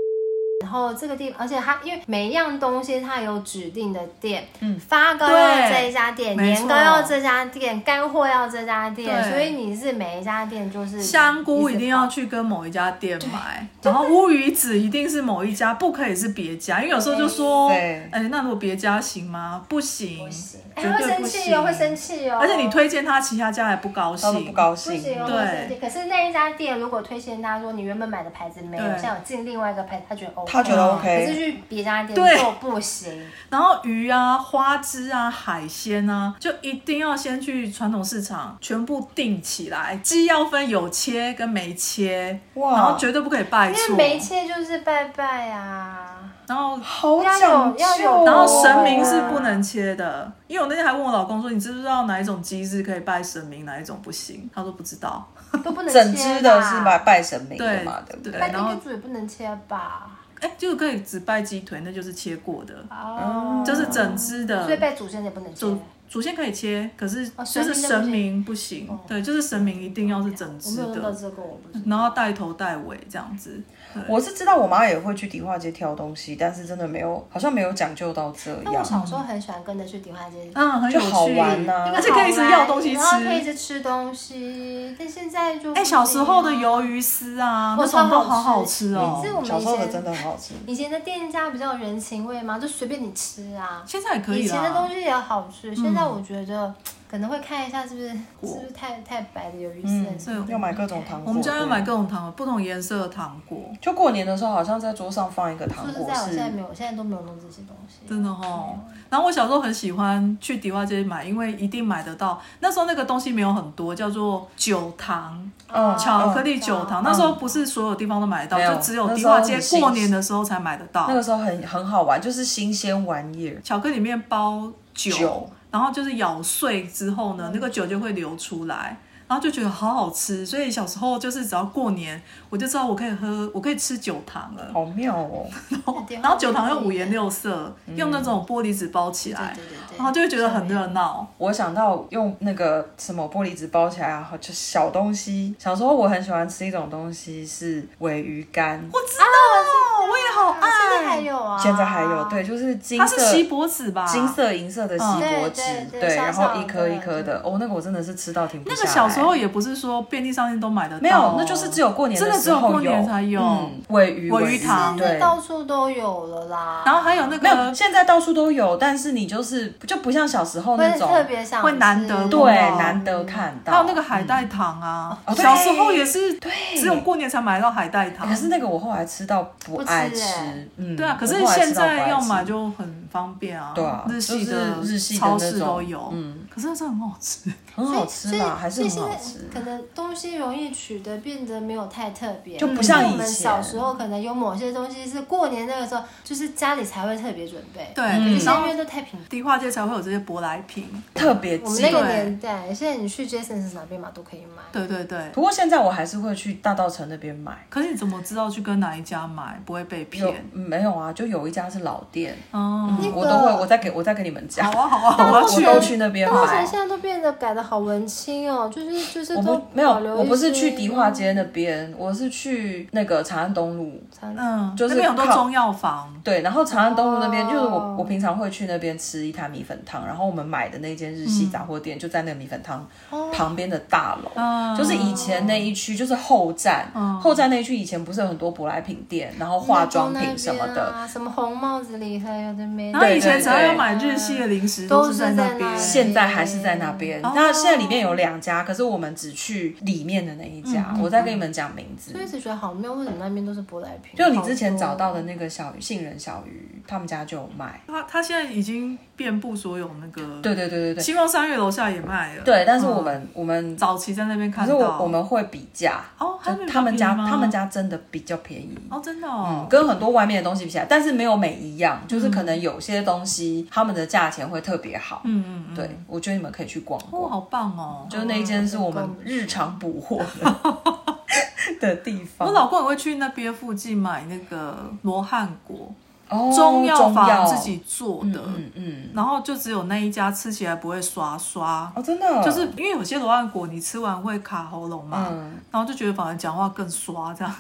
Speaker 3: 然后这个地方，而且它因为每一样东西它有指定的店，嗯，发糕要
Speaker 1: 对
Speaker 3: 这一家店，
Speaker 1: 没
Speaker 3: 年糕
Speaker 1: 错
Speaker 3: 要这家店，干货要这家店，
Speaker 1: 对
Speaker 3: 所以你是每一家店就是
Speaker 1: 香菇
Speaker 3: 直
Speaker 1: 一定
Speaker 3: 跑
Speaker 1: 要去跟某一家店买，然后乌鱼子一定是某一家，不可以是别家，因为有时候就说，
Speaker 2: 对
Speaker 1: 哎，那如果别家行吗？不行，
Speaker 3: 不行，哎、
Speaker 1: 绝
Speaker 3: 会
Speaker 1: 对
Speaker 3: 生
Speaker 1: 不
Speaker 3: 气哦，会
Speaker 1: 行。
Speaker 3: 生气哦。
Speaker 1: 而且你推荐他，其他家还不高
Speaker 2: 他们
Speaker 1: 兴，
Speaker 2: 呃不高
Speaker 3: 不
Speaker 2: 兴，
Speaker 3: 行哦，会生气。可是那一家店如果推荐他说你原本买的牌子没有，
Speaker 1: 对
Speaker 3: 现在我进另外一个牌子，他觉得 OK，
Speaker 2: 他觉得 OK
Speaker 3: 可是去别家店
Speaker 1: 对
Speaker 3: 就不行。
Speaker 1: 然后鱼啊、花枝啊、海鲜啊，就一定要先去传统市场全部订起来。鸡要分有切跟没切，
Speaker 2: 哇
Speaker 1: 然后绝对不可以拜
Speaker 3: 因
Speaker 1: 错
Speaker 3: 为。没切就是拜拜啊，
Speaker 1: 然后
Speaker 2: 好
Speaker 3: 要有
Speaker 2: 讲究
Speaker 3: 要有
Speaker 2: 哦。
Speaker 1: 然后神明
Speaker 3: 啊
Speaker 1: 是不能切的，因为我那天还问我老公说，你知不知道哪一种鸡是可以拜神明，哪一种不行？他说不知道。
Speaker 3: 都不能切吧
Speaker 2: 整只的是拜？拜神明的嘛，对
Speaker 1: 对
Speaker 2: 不对？
Speaker 3: 拜
Speaker 1: 对然后
Speaker 3: 地主也不能切吧？
Speaker 1: 哎，就是可以只拜鸡腿，那就是切过的，
Speaker 3: 哦，
Speaker 1: 嗯就是整只
Speaker 3: 所以
Speaker 1: 的。
Speaker 3: 拜祖先也不能切。
Speaker 1: 祖祖先可以切，可是
Speaker 3: 哦
Speaker 1: 就是
Speaker 3: 神
Speaker 1: 神
Speaker 3: 明
Speaker 1: 明不行。对，就是神明一定要是整
Speaker 3: 我
Speaker 1: 只
Speaker 3: 哦没有用到
Speaker 1: 的，
Speaker 3: 这个，我不知道。
Speaker 1: 然后带头带尾这样子。对
Speaker 2: 我是知道我妈也会去迪化街挑东西，但是真的没有，好像没有讲究到这
Speaker 3: 但我
Speaker 2: 样。
Speaker 3: 小时候很喜欢跟着去迪化街
Speaker 1: 嗯，很有
Speaker 2: 就好
Speaker 1: 趣。
Speaker 2: 玩啊
Speaker 3: 那个
Speaker 1: 而嗯且可以一直要东西
Speaker 3: 好玩然后可以一
Speaker 1: 吃。
Speaker 3: 直吃东西，但现在就
Speaker 1: 哎，小时候的
Speaker 3: 游，
Speaker 1: 鱿鱼丝啊，
Speaker 3: 我
Speaker 1: 那种
Speaker 3: 超
Speaker 1: 都
Speaker 3: 好
Speaker 1: 好好
Speaker 3: 吃
Speaker 1: 吃哦
Speaker 3: 每次。我们
Speaker 2: 嗯小时候的
Speaker 3: 以前
Speaker 2: 真的很好吃，
Speaker 3: 以前的店家比较有人情味嘛，就随便你吃啊。
Speaker 1: 现在也可
Speaker 3: 以
Speaker 1: 以嗯
Speaker 3: 前的
Speaker 1: 啦
Speaker 3: 东。西也好吃，现在我觉得可能会看一下是不是是不是太太白的鱿鱼丝
Speaker 2: 嗯
Speaker 3: 什么的，
Speaker 1: 对
Speaker 2: 要买各种糖果。
Speaker 1: 我们家要买
Speaker 2: 对
Speaker 1: 各种糖果，不同颜色的糖果，
Speaker 2: 就过年的时候，好像在桌上放一个糖
Speaker 3: 说实
Speaker 2: 果
Speaker 3: 在， 我现在
Speaker 2: 是，
Speaker 3: 没有，我现在都没有弄这些东西。
Speaker 1: 真的哦。然后我小时候很喜欢去迪化街买，因为一定买得到。那时候那个东西没有很多，叫做酒糖，啊
Speaker 2: 嗯
Speaker 1: 巧克力
Speaker 3: 哦
Speaker 1: 酒糖。那时候不是所有地方都买得
Speaker 2: 没有
Speaker 1: 到，就只有
Speaker 2: 那
Speaker 1: 迪
Speaker 2: 时候
Speaker 1: 化街
Speaker 2: 很新
Speaker 1: 过年的时候才买得到
Speaker 2: 那。个时候很很好玩，就是新鲜玩意儿。
Speaker 1: 巧克力里面包酒，
Speaker 2: 酒嗯
Speaker 1: 然后就是咬碎之后呢，那个酒就会流出来，然后就觉得好好吃。所以小时候就是只要过年，我就知道我可以喝，我可以吃酒糖了。
Speaker 2: 好妙哦！
Speaker 3: 电话
Speaker 1: 然后酒糖又五颜六色，
Speaker 2: 嗯
Speaker 1: 用那种玻璃纸包起来，
Speaker 3: 对对对对
Speaker 1: 然后就会觉得很热闹。
Speaker 2: 我想到用那个什么玻璃纸包起来，然后就小东西。小时候我很喜欢吃一种东西是尾鱼干，
Speaker 1: 我知道，我也好
Speaker 3: 啊现在还
Speaker 1: 爱。
Speaker 3: 有啊，
Speaker 2: 现在还有，对，就是金
Speaker 1: 它是锡
Speaker 2: 色。
Speaker 1: 箔纸吧？
Speaker 2: 金色、银色的锡箔纸
Speaker 3: 嗯，对对对
Speaker 2: 对，
Speaker 3: 小
Speaker 2: 然
Speaker 3: 小的
Speaker 2: 后一颗一颗的，哦，那个我真的是吃到停不
Speaker 1: 那
Speaker 2: 下来。
Speaker 1: 个小时候也不是说便利商店都买得到，
Speaker 2: 没有，那就是只有过年
Speaker 1: 真的只
Speaker 2: 时候
Speaker 1: 有过年才有
Speaker 2: 嗯，尾鱼
Speaker 1: 尾鱼
Speaker 2: 尾鱼
Speaker 1: 糖
Speaker 3: 现在
Speaker 2: 对，
Speaker 3: 到处都有了啦。
Speaker 1: 然后还有那
Speaker 2: 没有，
Speaker 1: 个
Speaker 2: 现在到处都有，但是你就是就不像小时候那
Speaker 3: 会
Speaker 2: 种，
Speaker 3: 特别想吃
Speaker 1: 会难得
Speaker 2: 对，
Speaker 1: 哦
Speaker 2: 难得看到。
Speaker 1: 还有那个海带糖啊，
Speaker 2: 哦对
Speaker 1: 小时候也是，
Speaker 2: 对
Speaker 1: 只有过年才买到海带糖
Speaker 2: 可。是那个我后来吃到不爱
Speaker 3: 不
Speaker 2: 吃，
Speaker 3: 吃欸
Speaker 2: 嗯，
Speaker 1: 对啊，可是
Speaker 2: 我后来
Speaker 1: 现
Speaker 2: 吃到不爱
Speaker 1: 在要
Speaker 2: 吃
Speaker 1: 买就很方便啊，
Speaker 2: 对啊
Speaker 1: 日系
Speaker 2: 就是日系的
Speaker 1: 超
Speaker 2: 那
Speaker 1: 市
Speaker 2: 种
Speaker 1: 都有，
Speaker 2: 嗯，
Speaker 1: 可是那真的很好吃。
Speaker 2: 很
Speaker 3: 所以
Speaker 2: 好吃
Speaker 3: 所以
Speaker 2: 啦，还是
Speaker 3: 所以
Speaker 2: 很
Speaker 3: 现
Speaker 2: 好
Speaker 3: 在
Speaker 2: 吃。
Speaker 3: 可能东西容易取得，变得没有太特别，
Speaker 2: 就不像以前
Speaker 3: 我们小时候可能有某些东西是过年那个时候，就是家里才会特别准备，
Speaker 1: 对，
Speaker 2: 嗯
Speaker 1: 然
Speaker 3: 现在因
Speaker 1: 后
Speaker 3: 为都太平。
Speaker 1: 迪化街才会有这些舶来品。
Speaker 2: 特别
Speaker 3: 我们
Speaker 2: 鸡
Speaker 3: 那个
Speaker 1: 对
Speaker 3: 年代，现在你去 Jason 哪边买都可以买。
Speaker 1: 对对对，
Speaker 2: 不过现在我还是会去大道城那边买。
Speaker 1: 可是你怎么知道去跟哪一家买不会被
Speaker 2: 有
Speaker 1: 骗？
Speaker 2: 嗯没有啊？就有一家是老店，
Speaker 1: 哦，
Speaker 3: 那个哦
Speaker 2: 我都会，我再给我再给你们讲
Speaker 1: 好，啊好啊，我要
Speaker 2: 我
Speaker 1: 去。
Speaker 2: 都去那边
Speaker 3: 大稻城
Speaker 2: 买。
Speaker 3: 啊现在都变得改的好文青哦，就是就是
Speaker 2: 我
Speaker 3: 都
Speaker 2: 不没有
Speaker 3: 保留，
Speaker 2: 我不是
Speaker 3: 一些
Speaker 2: 去迪化街那边，我是去那个长安东路。
Speaker 3: 餐
Speaker 1: 嗯，
Speaker 2: 就是
Speaker 1: 那边有很多
Speaker 2: 靠
Speaker 1: 中药房，
Speaker 2: 对，然后长安东路那边、
Speaker 3: 哦
Speaker 2: 就是我我平常会去那边吃一摊米粉汤，然后我们买的那间日系杂货店、
Speaker 3: 嗯
Speaker 2: 就在那个米粉汤
Speaker 3: 哦
Speaker 2: 旁边的大楼。
Speaker 1: 嗯，
Speaker 2: 就是以前那一区，就是后站，
Speaker 3: 嗯
Speaker 2: 后站那一区以前不是有很多舶来品店，然后化妆品什么
Speaker 3: 那边
Speaker 2: 的，
Speaker 3: 啊，什么红帽子里头有的没的。
Speaker 1: 然后
Speaker 2: 对
Speaker 1: 以前
Speaker 2: 对
Speaker 1: 只要要
Speaker 2: 对
Speaker 1: 买日系的零食
Speaker 3: 都
Speaker 1: 是
Speaker 3: 是
Speaker 1: 在
Speaker 3: 在
Speaker 1: 那
Speaker 3: 那
Speaker 1: 边，
Speaker 3: 里
Speaker 2: 现在还是在那边。
Speaker 1: 哦
Speaker 2: 那现在里面有两家，可是我们只去里面的那一家。
Speaker 1: 嗯
Speaker 2: 我再跟你们讲名字
Speaker 3: 所，以一直觉得好妙，为什么那边都是舶来品？
Speaker 2: 就你之前
Speaker 3: 好多
Speaker 2: 找到的那个小鱼杏仁小鱼，他们家就有卖。
Speaker 1: 它它现在已经遍布所有那个，
Speaker 2: 对对对对对
Speaker 1: 希望三月楼下也卖了。
Speaker 2: 对，但是
Speaker 1: 嗯
Speaker 2: 我们我们
Speaker 1: 早期在那边
Speaker 2: 可
Speaker 1: 看
Speaker 2: 是
Speaker 1: 到，
Speaker 2: 我我们会比价，
Speaker 1: 哦，还没
Speaker 2: 就他们家
Speaker 1: 有便宜吗
Speaker 2: 他们家真的比较便宜。
Speaker 1: 哦，真的
Speaker 2: 嗯
Speaker 1: 哦，，
Speaker 2: 跟很多外面的东西比起来，但是没有每一样，就是可能有些东西他们的价钱会特别好。
Speaker 1: 嗯嗯嗯，
Speaker 2: 对，我觉得你们可以去逛
Speaker 1: 哦，
Speaker 2: 逛，
Speaker 1: 好棒哦。
Speaker 2: 嗯就是那一间是我们日常补 货的的地方。
Speaker 1: 我老公也会去那边附近买那个罗汉果，
Speaker 2: 哦
Speaker 1: 中药
Speaker 2: 中
Speaker 1: 房
Speaker 2: 药
Speaker 1: 自己做的，
Speaker 2: 嗯嗯，
Speaker 1: 然后就只有那一家吃起来不会刷刷，
Speaker 2: 哦，真的
Speaker 1: 就是因为有些罗汉果你吃完会卡喉咙嘛，
Speaker 2: 嗯，
Speaker 1: 然后就觉得反而讲话更刷 这样。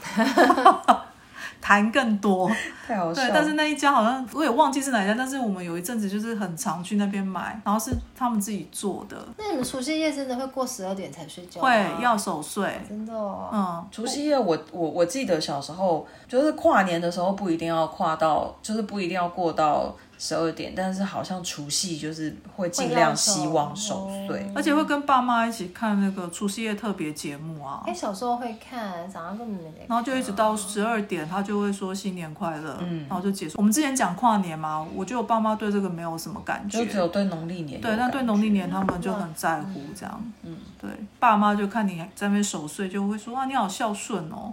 Speaker 1: 痰更多，
Speaker 2: 太好笑
Speaker 1: 对，
Speaker 2: 了。
Speaker 1: 但是那一家好像我也忘记是哪一家，但是我们有一阵子就是很常去那边买，然后是他们自己做的，
Speaker 3: 那你们除夕夜真的会过十二点才睡觉吗？
Speaker 1: 会要守岁，
Speaker 3: 真的哦。
Speaker 1: 嗯，
Speaker 2: 除夕夜我，我我记得小时候就是跨年的时候，不一定要跨到，就是不一定要过到十二点，但是好像除夕就是会尽量希望守岁。
Speaker 1: 哦而且会跟爸妈一起看那个除夕夜特别节目啊
Speaker 3: 哎、，小时候会看，长大根本没得看。
Speaker 1: 然后就一直到十二点，他就会说新年快乐，
Speaker 2: 嗯
Speaker 1: 然后就结束。我们之前讲跨年嘛，我觉得我爸妈对这个没有什么感觉
Speaker 2: 就，只有对农历年有
Speaker 1: 对，但对
Speaker 2: 感
Speaker 1: 农历年他们就很在乎这样，嗯，对，爸妈就看你在那边守岁，就会说哇你好孝顺 哦。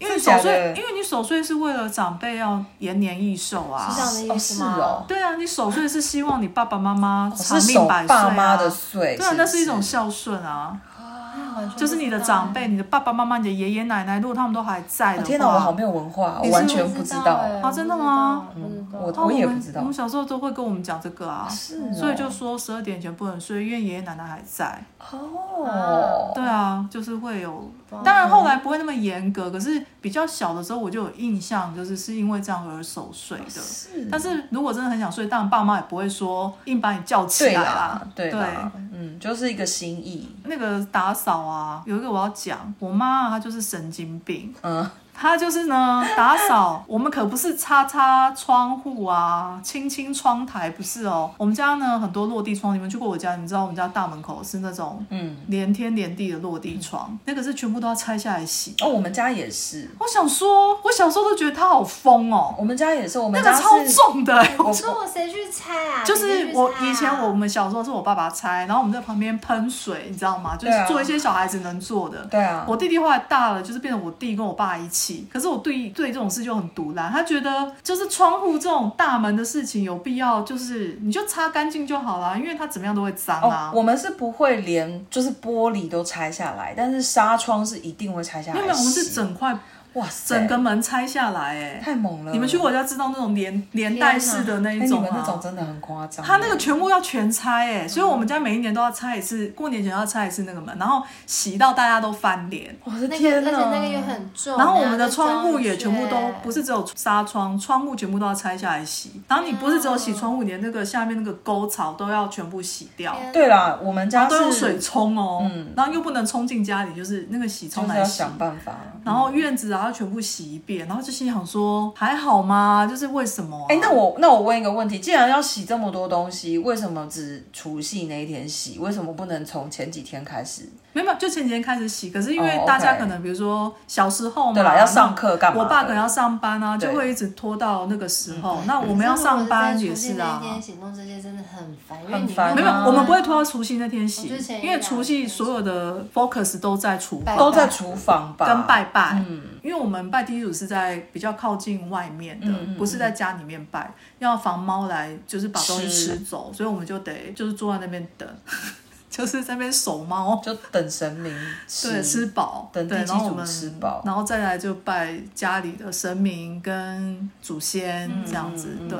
Speaker 1: 因为
Speaker 2: 真的假
Speaker 1: 守
Speaker 2: 的
Speaker 1: 岁，因为你守岁是为了长辈要延年益寿啊，
Speaker 3: 是这样的意思吗？
Speaker 2: 哦
Speaker 1: 对啊，你守岁是希望你爸爸妈妈
Speaker 2: 哦
Speaker 1: 长
Speaker 2: 是守
Speaker 1: 命百岁、啊、
Speaker 2: 爸妈的岁，
Speaker 1: 对啊，那是一种
Speaker 2: 不是
Speaker 1: 孝顺啊，
Speaker 3: 啊完全不
Speaker 1: 就是你的
Speaker 3: 知道
Speaker 1: 长辈、你的爸爸妈妈、你的爷爷奶奶，如果他们都还在的话，
Speaker 2: 哦天哪，我好没有文化，我完全不知道。
Speaker 3: 哎
Speaker 1: 啊真的吗
Speaker 3: 不知道
Speaker 2: 嗯
Speaker 3: 不知道
Speaker 1: 啊
Speaker 2: 我也
Speaker 1: 们
Speaker 2: 不知道
Speaker 1: 我们小时候都会跟我们讲这个啊，
Speaker 2: 是哦
Speaker 1: 所以就说十二点前不能睡，因为爷爷奶奶还在。
Speaker 2: 哦，
Speaker 1: 对啊，就是会有，当然后来不会那么严格，可是比较小的时候我就有印象，就是是因为这样而守岁的。
Speaker 2: 是
Speaker 1: 但是如果真的很想睡，当然爸妈也不会说硬把你叫起
Speaker 2: 对
Speaker 1: 来
Speaker 2: 啦，对
Speaker 1: 啊对
Speaker 2: 啦，嗯，就是一个心意，
Speaker 1: 那个打扫啊，有一个我要讲，我妈啊她就是神经病，
Speaker 2: 嗯，
Speaker 1: 他就是呢，打扫，我们可不是擦擦窗户啊，清清窗台，不是哦。我们家呢很多落地窗，你们去过我家，你们知道我们家大门口是那种嗯连天连地的落地窗，
Speaker 2: 嗯
Speaker 1: 那个是全部都要拆下来洗。
Speaker 2: 哦，我们家也是，
Speaker 1: 我想说，我小时候都觉得它好疯哦，
Speaker 2: 我们家也是，我们
Speaker 1: 那个
Speaker 2: 家
Speaker 1: 超
Speaker 2: 是
Speaker 1: 重的、欸，
Speaker 2: 我
Speaker 3: 说我哦谁去拆啊？
Speaker 1: 就是我以前我
Speaker 3: 们
Speaker 1: 们小时候是我爸爸拆，然后我们在旁边喷水，你知道吗？就
Speaker 2: 对
Speaker 1: 是
Speaker 2: 啊
Speaker 1: 做一些小孩子能做的。
Speaker 2: 对啊，
Speaker 1: 我弟弟后来大了，就是变成我弟跟我爸一起。可是我对对这种事就很独揽，他觉得就是窗户这种大门的事情有必要，就是你就擦干净就好啦，因为它怎么样都会脏
Speaker 2: 哦
Speaker 1: 啊，。
Speaker 2: 我们是不会连就是玻璃都拆下来，但是纱窗是一定会拆下
Speaker 1: 因
Speaker 2: 来
Speaker 1: 为
Speaker 2: 洗。
Speaker 1: 我们是整块
Speaker 2: 哇塞，
Speaker 1: 整个门拆下来、欸，
Speaker 2: 太猛了！
Speaker 1: 你们去我家知道那种连连带式的那
Speaker 2: 哎
Speaker 1: 一
Speaker 2: 你
Speaker 1: 种
Speaker 2: 们那
Speaker 1: 吗
Speaker 2: 种？真的嗯很夸张。啊
Speaker 1: 他那个全部要全拆哎、所以我们家每一年都要拆一次，过年前要拆一次那个门，然后洗到大家都翻脸。
Speaker 2: 我的
Speaker 3: 那个，
Speaker 2: 天
Speaker 3: 而且
Speaker 2: 哪！
Speaker 3: 那个又很重，
Speaker 1: 哦然后我们的窗户也全部
Speaker 3: 然
Speaker 1: 都
Speaker 3: 后
Speaker 1: 不是只有纱窗，窗户全部都要拆下来洗。然后你不是只有
Speaker 3: 哦
Speaker 1: 洗窗户，连那个下面那个沟槽都要全部洗掉，
Speaker 3: 天
Speaker 2: 对啦，我们
Speaker 1: 然
Speaker 2: 家
Speaker 1: 啊后都用
Speaker 2: 是
Speaker 1: 水冲哦，然后又不能冲进家里，就是那个洗
Speaker 2: 嗯就
Speaker 1: 冲
Speaker 2: 是要
Speaker 1: 来洗。
Speaker 2: 想办法。
Speaker 1: 然后院子啊，要全部洗一遍，然后就心里想说，还好吗？就是为什么、啊？
Speaker 2: 哎、那我那我问一个问题，既然要洗这么多东西，为什么只除夕那一天洗？为什么不能从前几天开始？
Speaker 1: 没有，没有就前几天开始洗，可是因为
Speaker 2: 哦
Speaker 1: 大家
Speaker 2: ，OK
Speaker 1: 可能比如说小时候嘛，
Speaker 2: 对啦，要上课干嘛
Speaker 1: 哦我
Speaker 2: 的？
Speaker 1: 爸可能要上班啊，
Speaker 2: 对嗯
Speaker 1: 就会一直拖到那个时候。那我们要
Speaker 3: 可是如果
Speaker 1: 上班
Speaker 3: 在
Speaker 1: 也
Speaker 3: 除夕
Speaker 1: 是啊
Speaker 3: 那一。天行动这些真的很烦，因为
Speaker 2: 很
Speaker 3: 你
Speaker 2: 烦
Speaker 1: 没有，
Speaker 2: 啊
Speaker 1: 我们 不会拖到除夕那天洗
Speaker 3: 哦我之前，也
Speaker 1: 因为除夕所有的 focus 都在厨房
Speaker 3: 拜嗯拜
Speaker 2: 都在厨房吧？嗯
Speaker 1: 跟拜拜。因为我们拜地主是在比较靠近外面的，
Speaker 3: 嗯
Speaker 1: 不是在家里面拜，要防猫来就是把东西
Speaker 2: 吃
Speaker 1: 吃走，所以我们就得就是坐在那边等， 就是在那边守猫。
Speaker 2: 就等神明吃。
Speaker 1: 对，吃饱，
Speaker 2: 等地
Speaker 1: 对，
Speaker 2: 基
Speaker 1: 然后我
Speaker 2: 主
Speaker 1: 们
Speaker 2: 吃饱
Speaker 1: 然后再来就拜家里的神明跟祖先
Speaker 2: 嗯
Speaker 1: 这样子，对。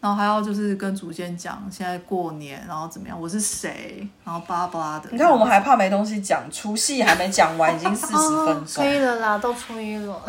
Speaker 1: 然后还要就是跟祖先讲现在过年，然后怎么样，我是谁，然后巴拉巴拉的。
Speaker 2: 你看，我们还怕没东西讲，除夕还没讲完，已经四十分
Speaker 3: 哦
Speaker 2: 钟
Speaker 3: 可。以了啦，都初一了。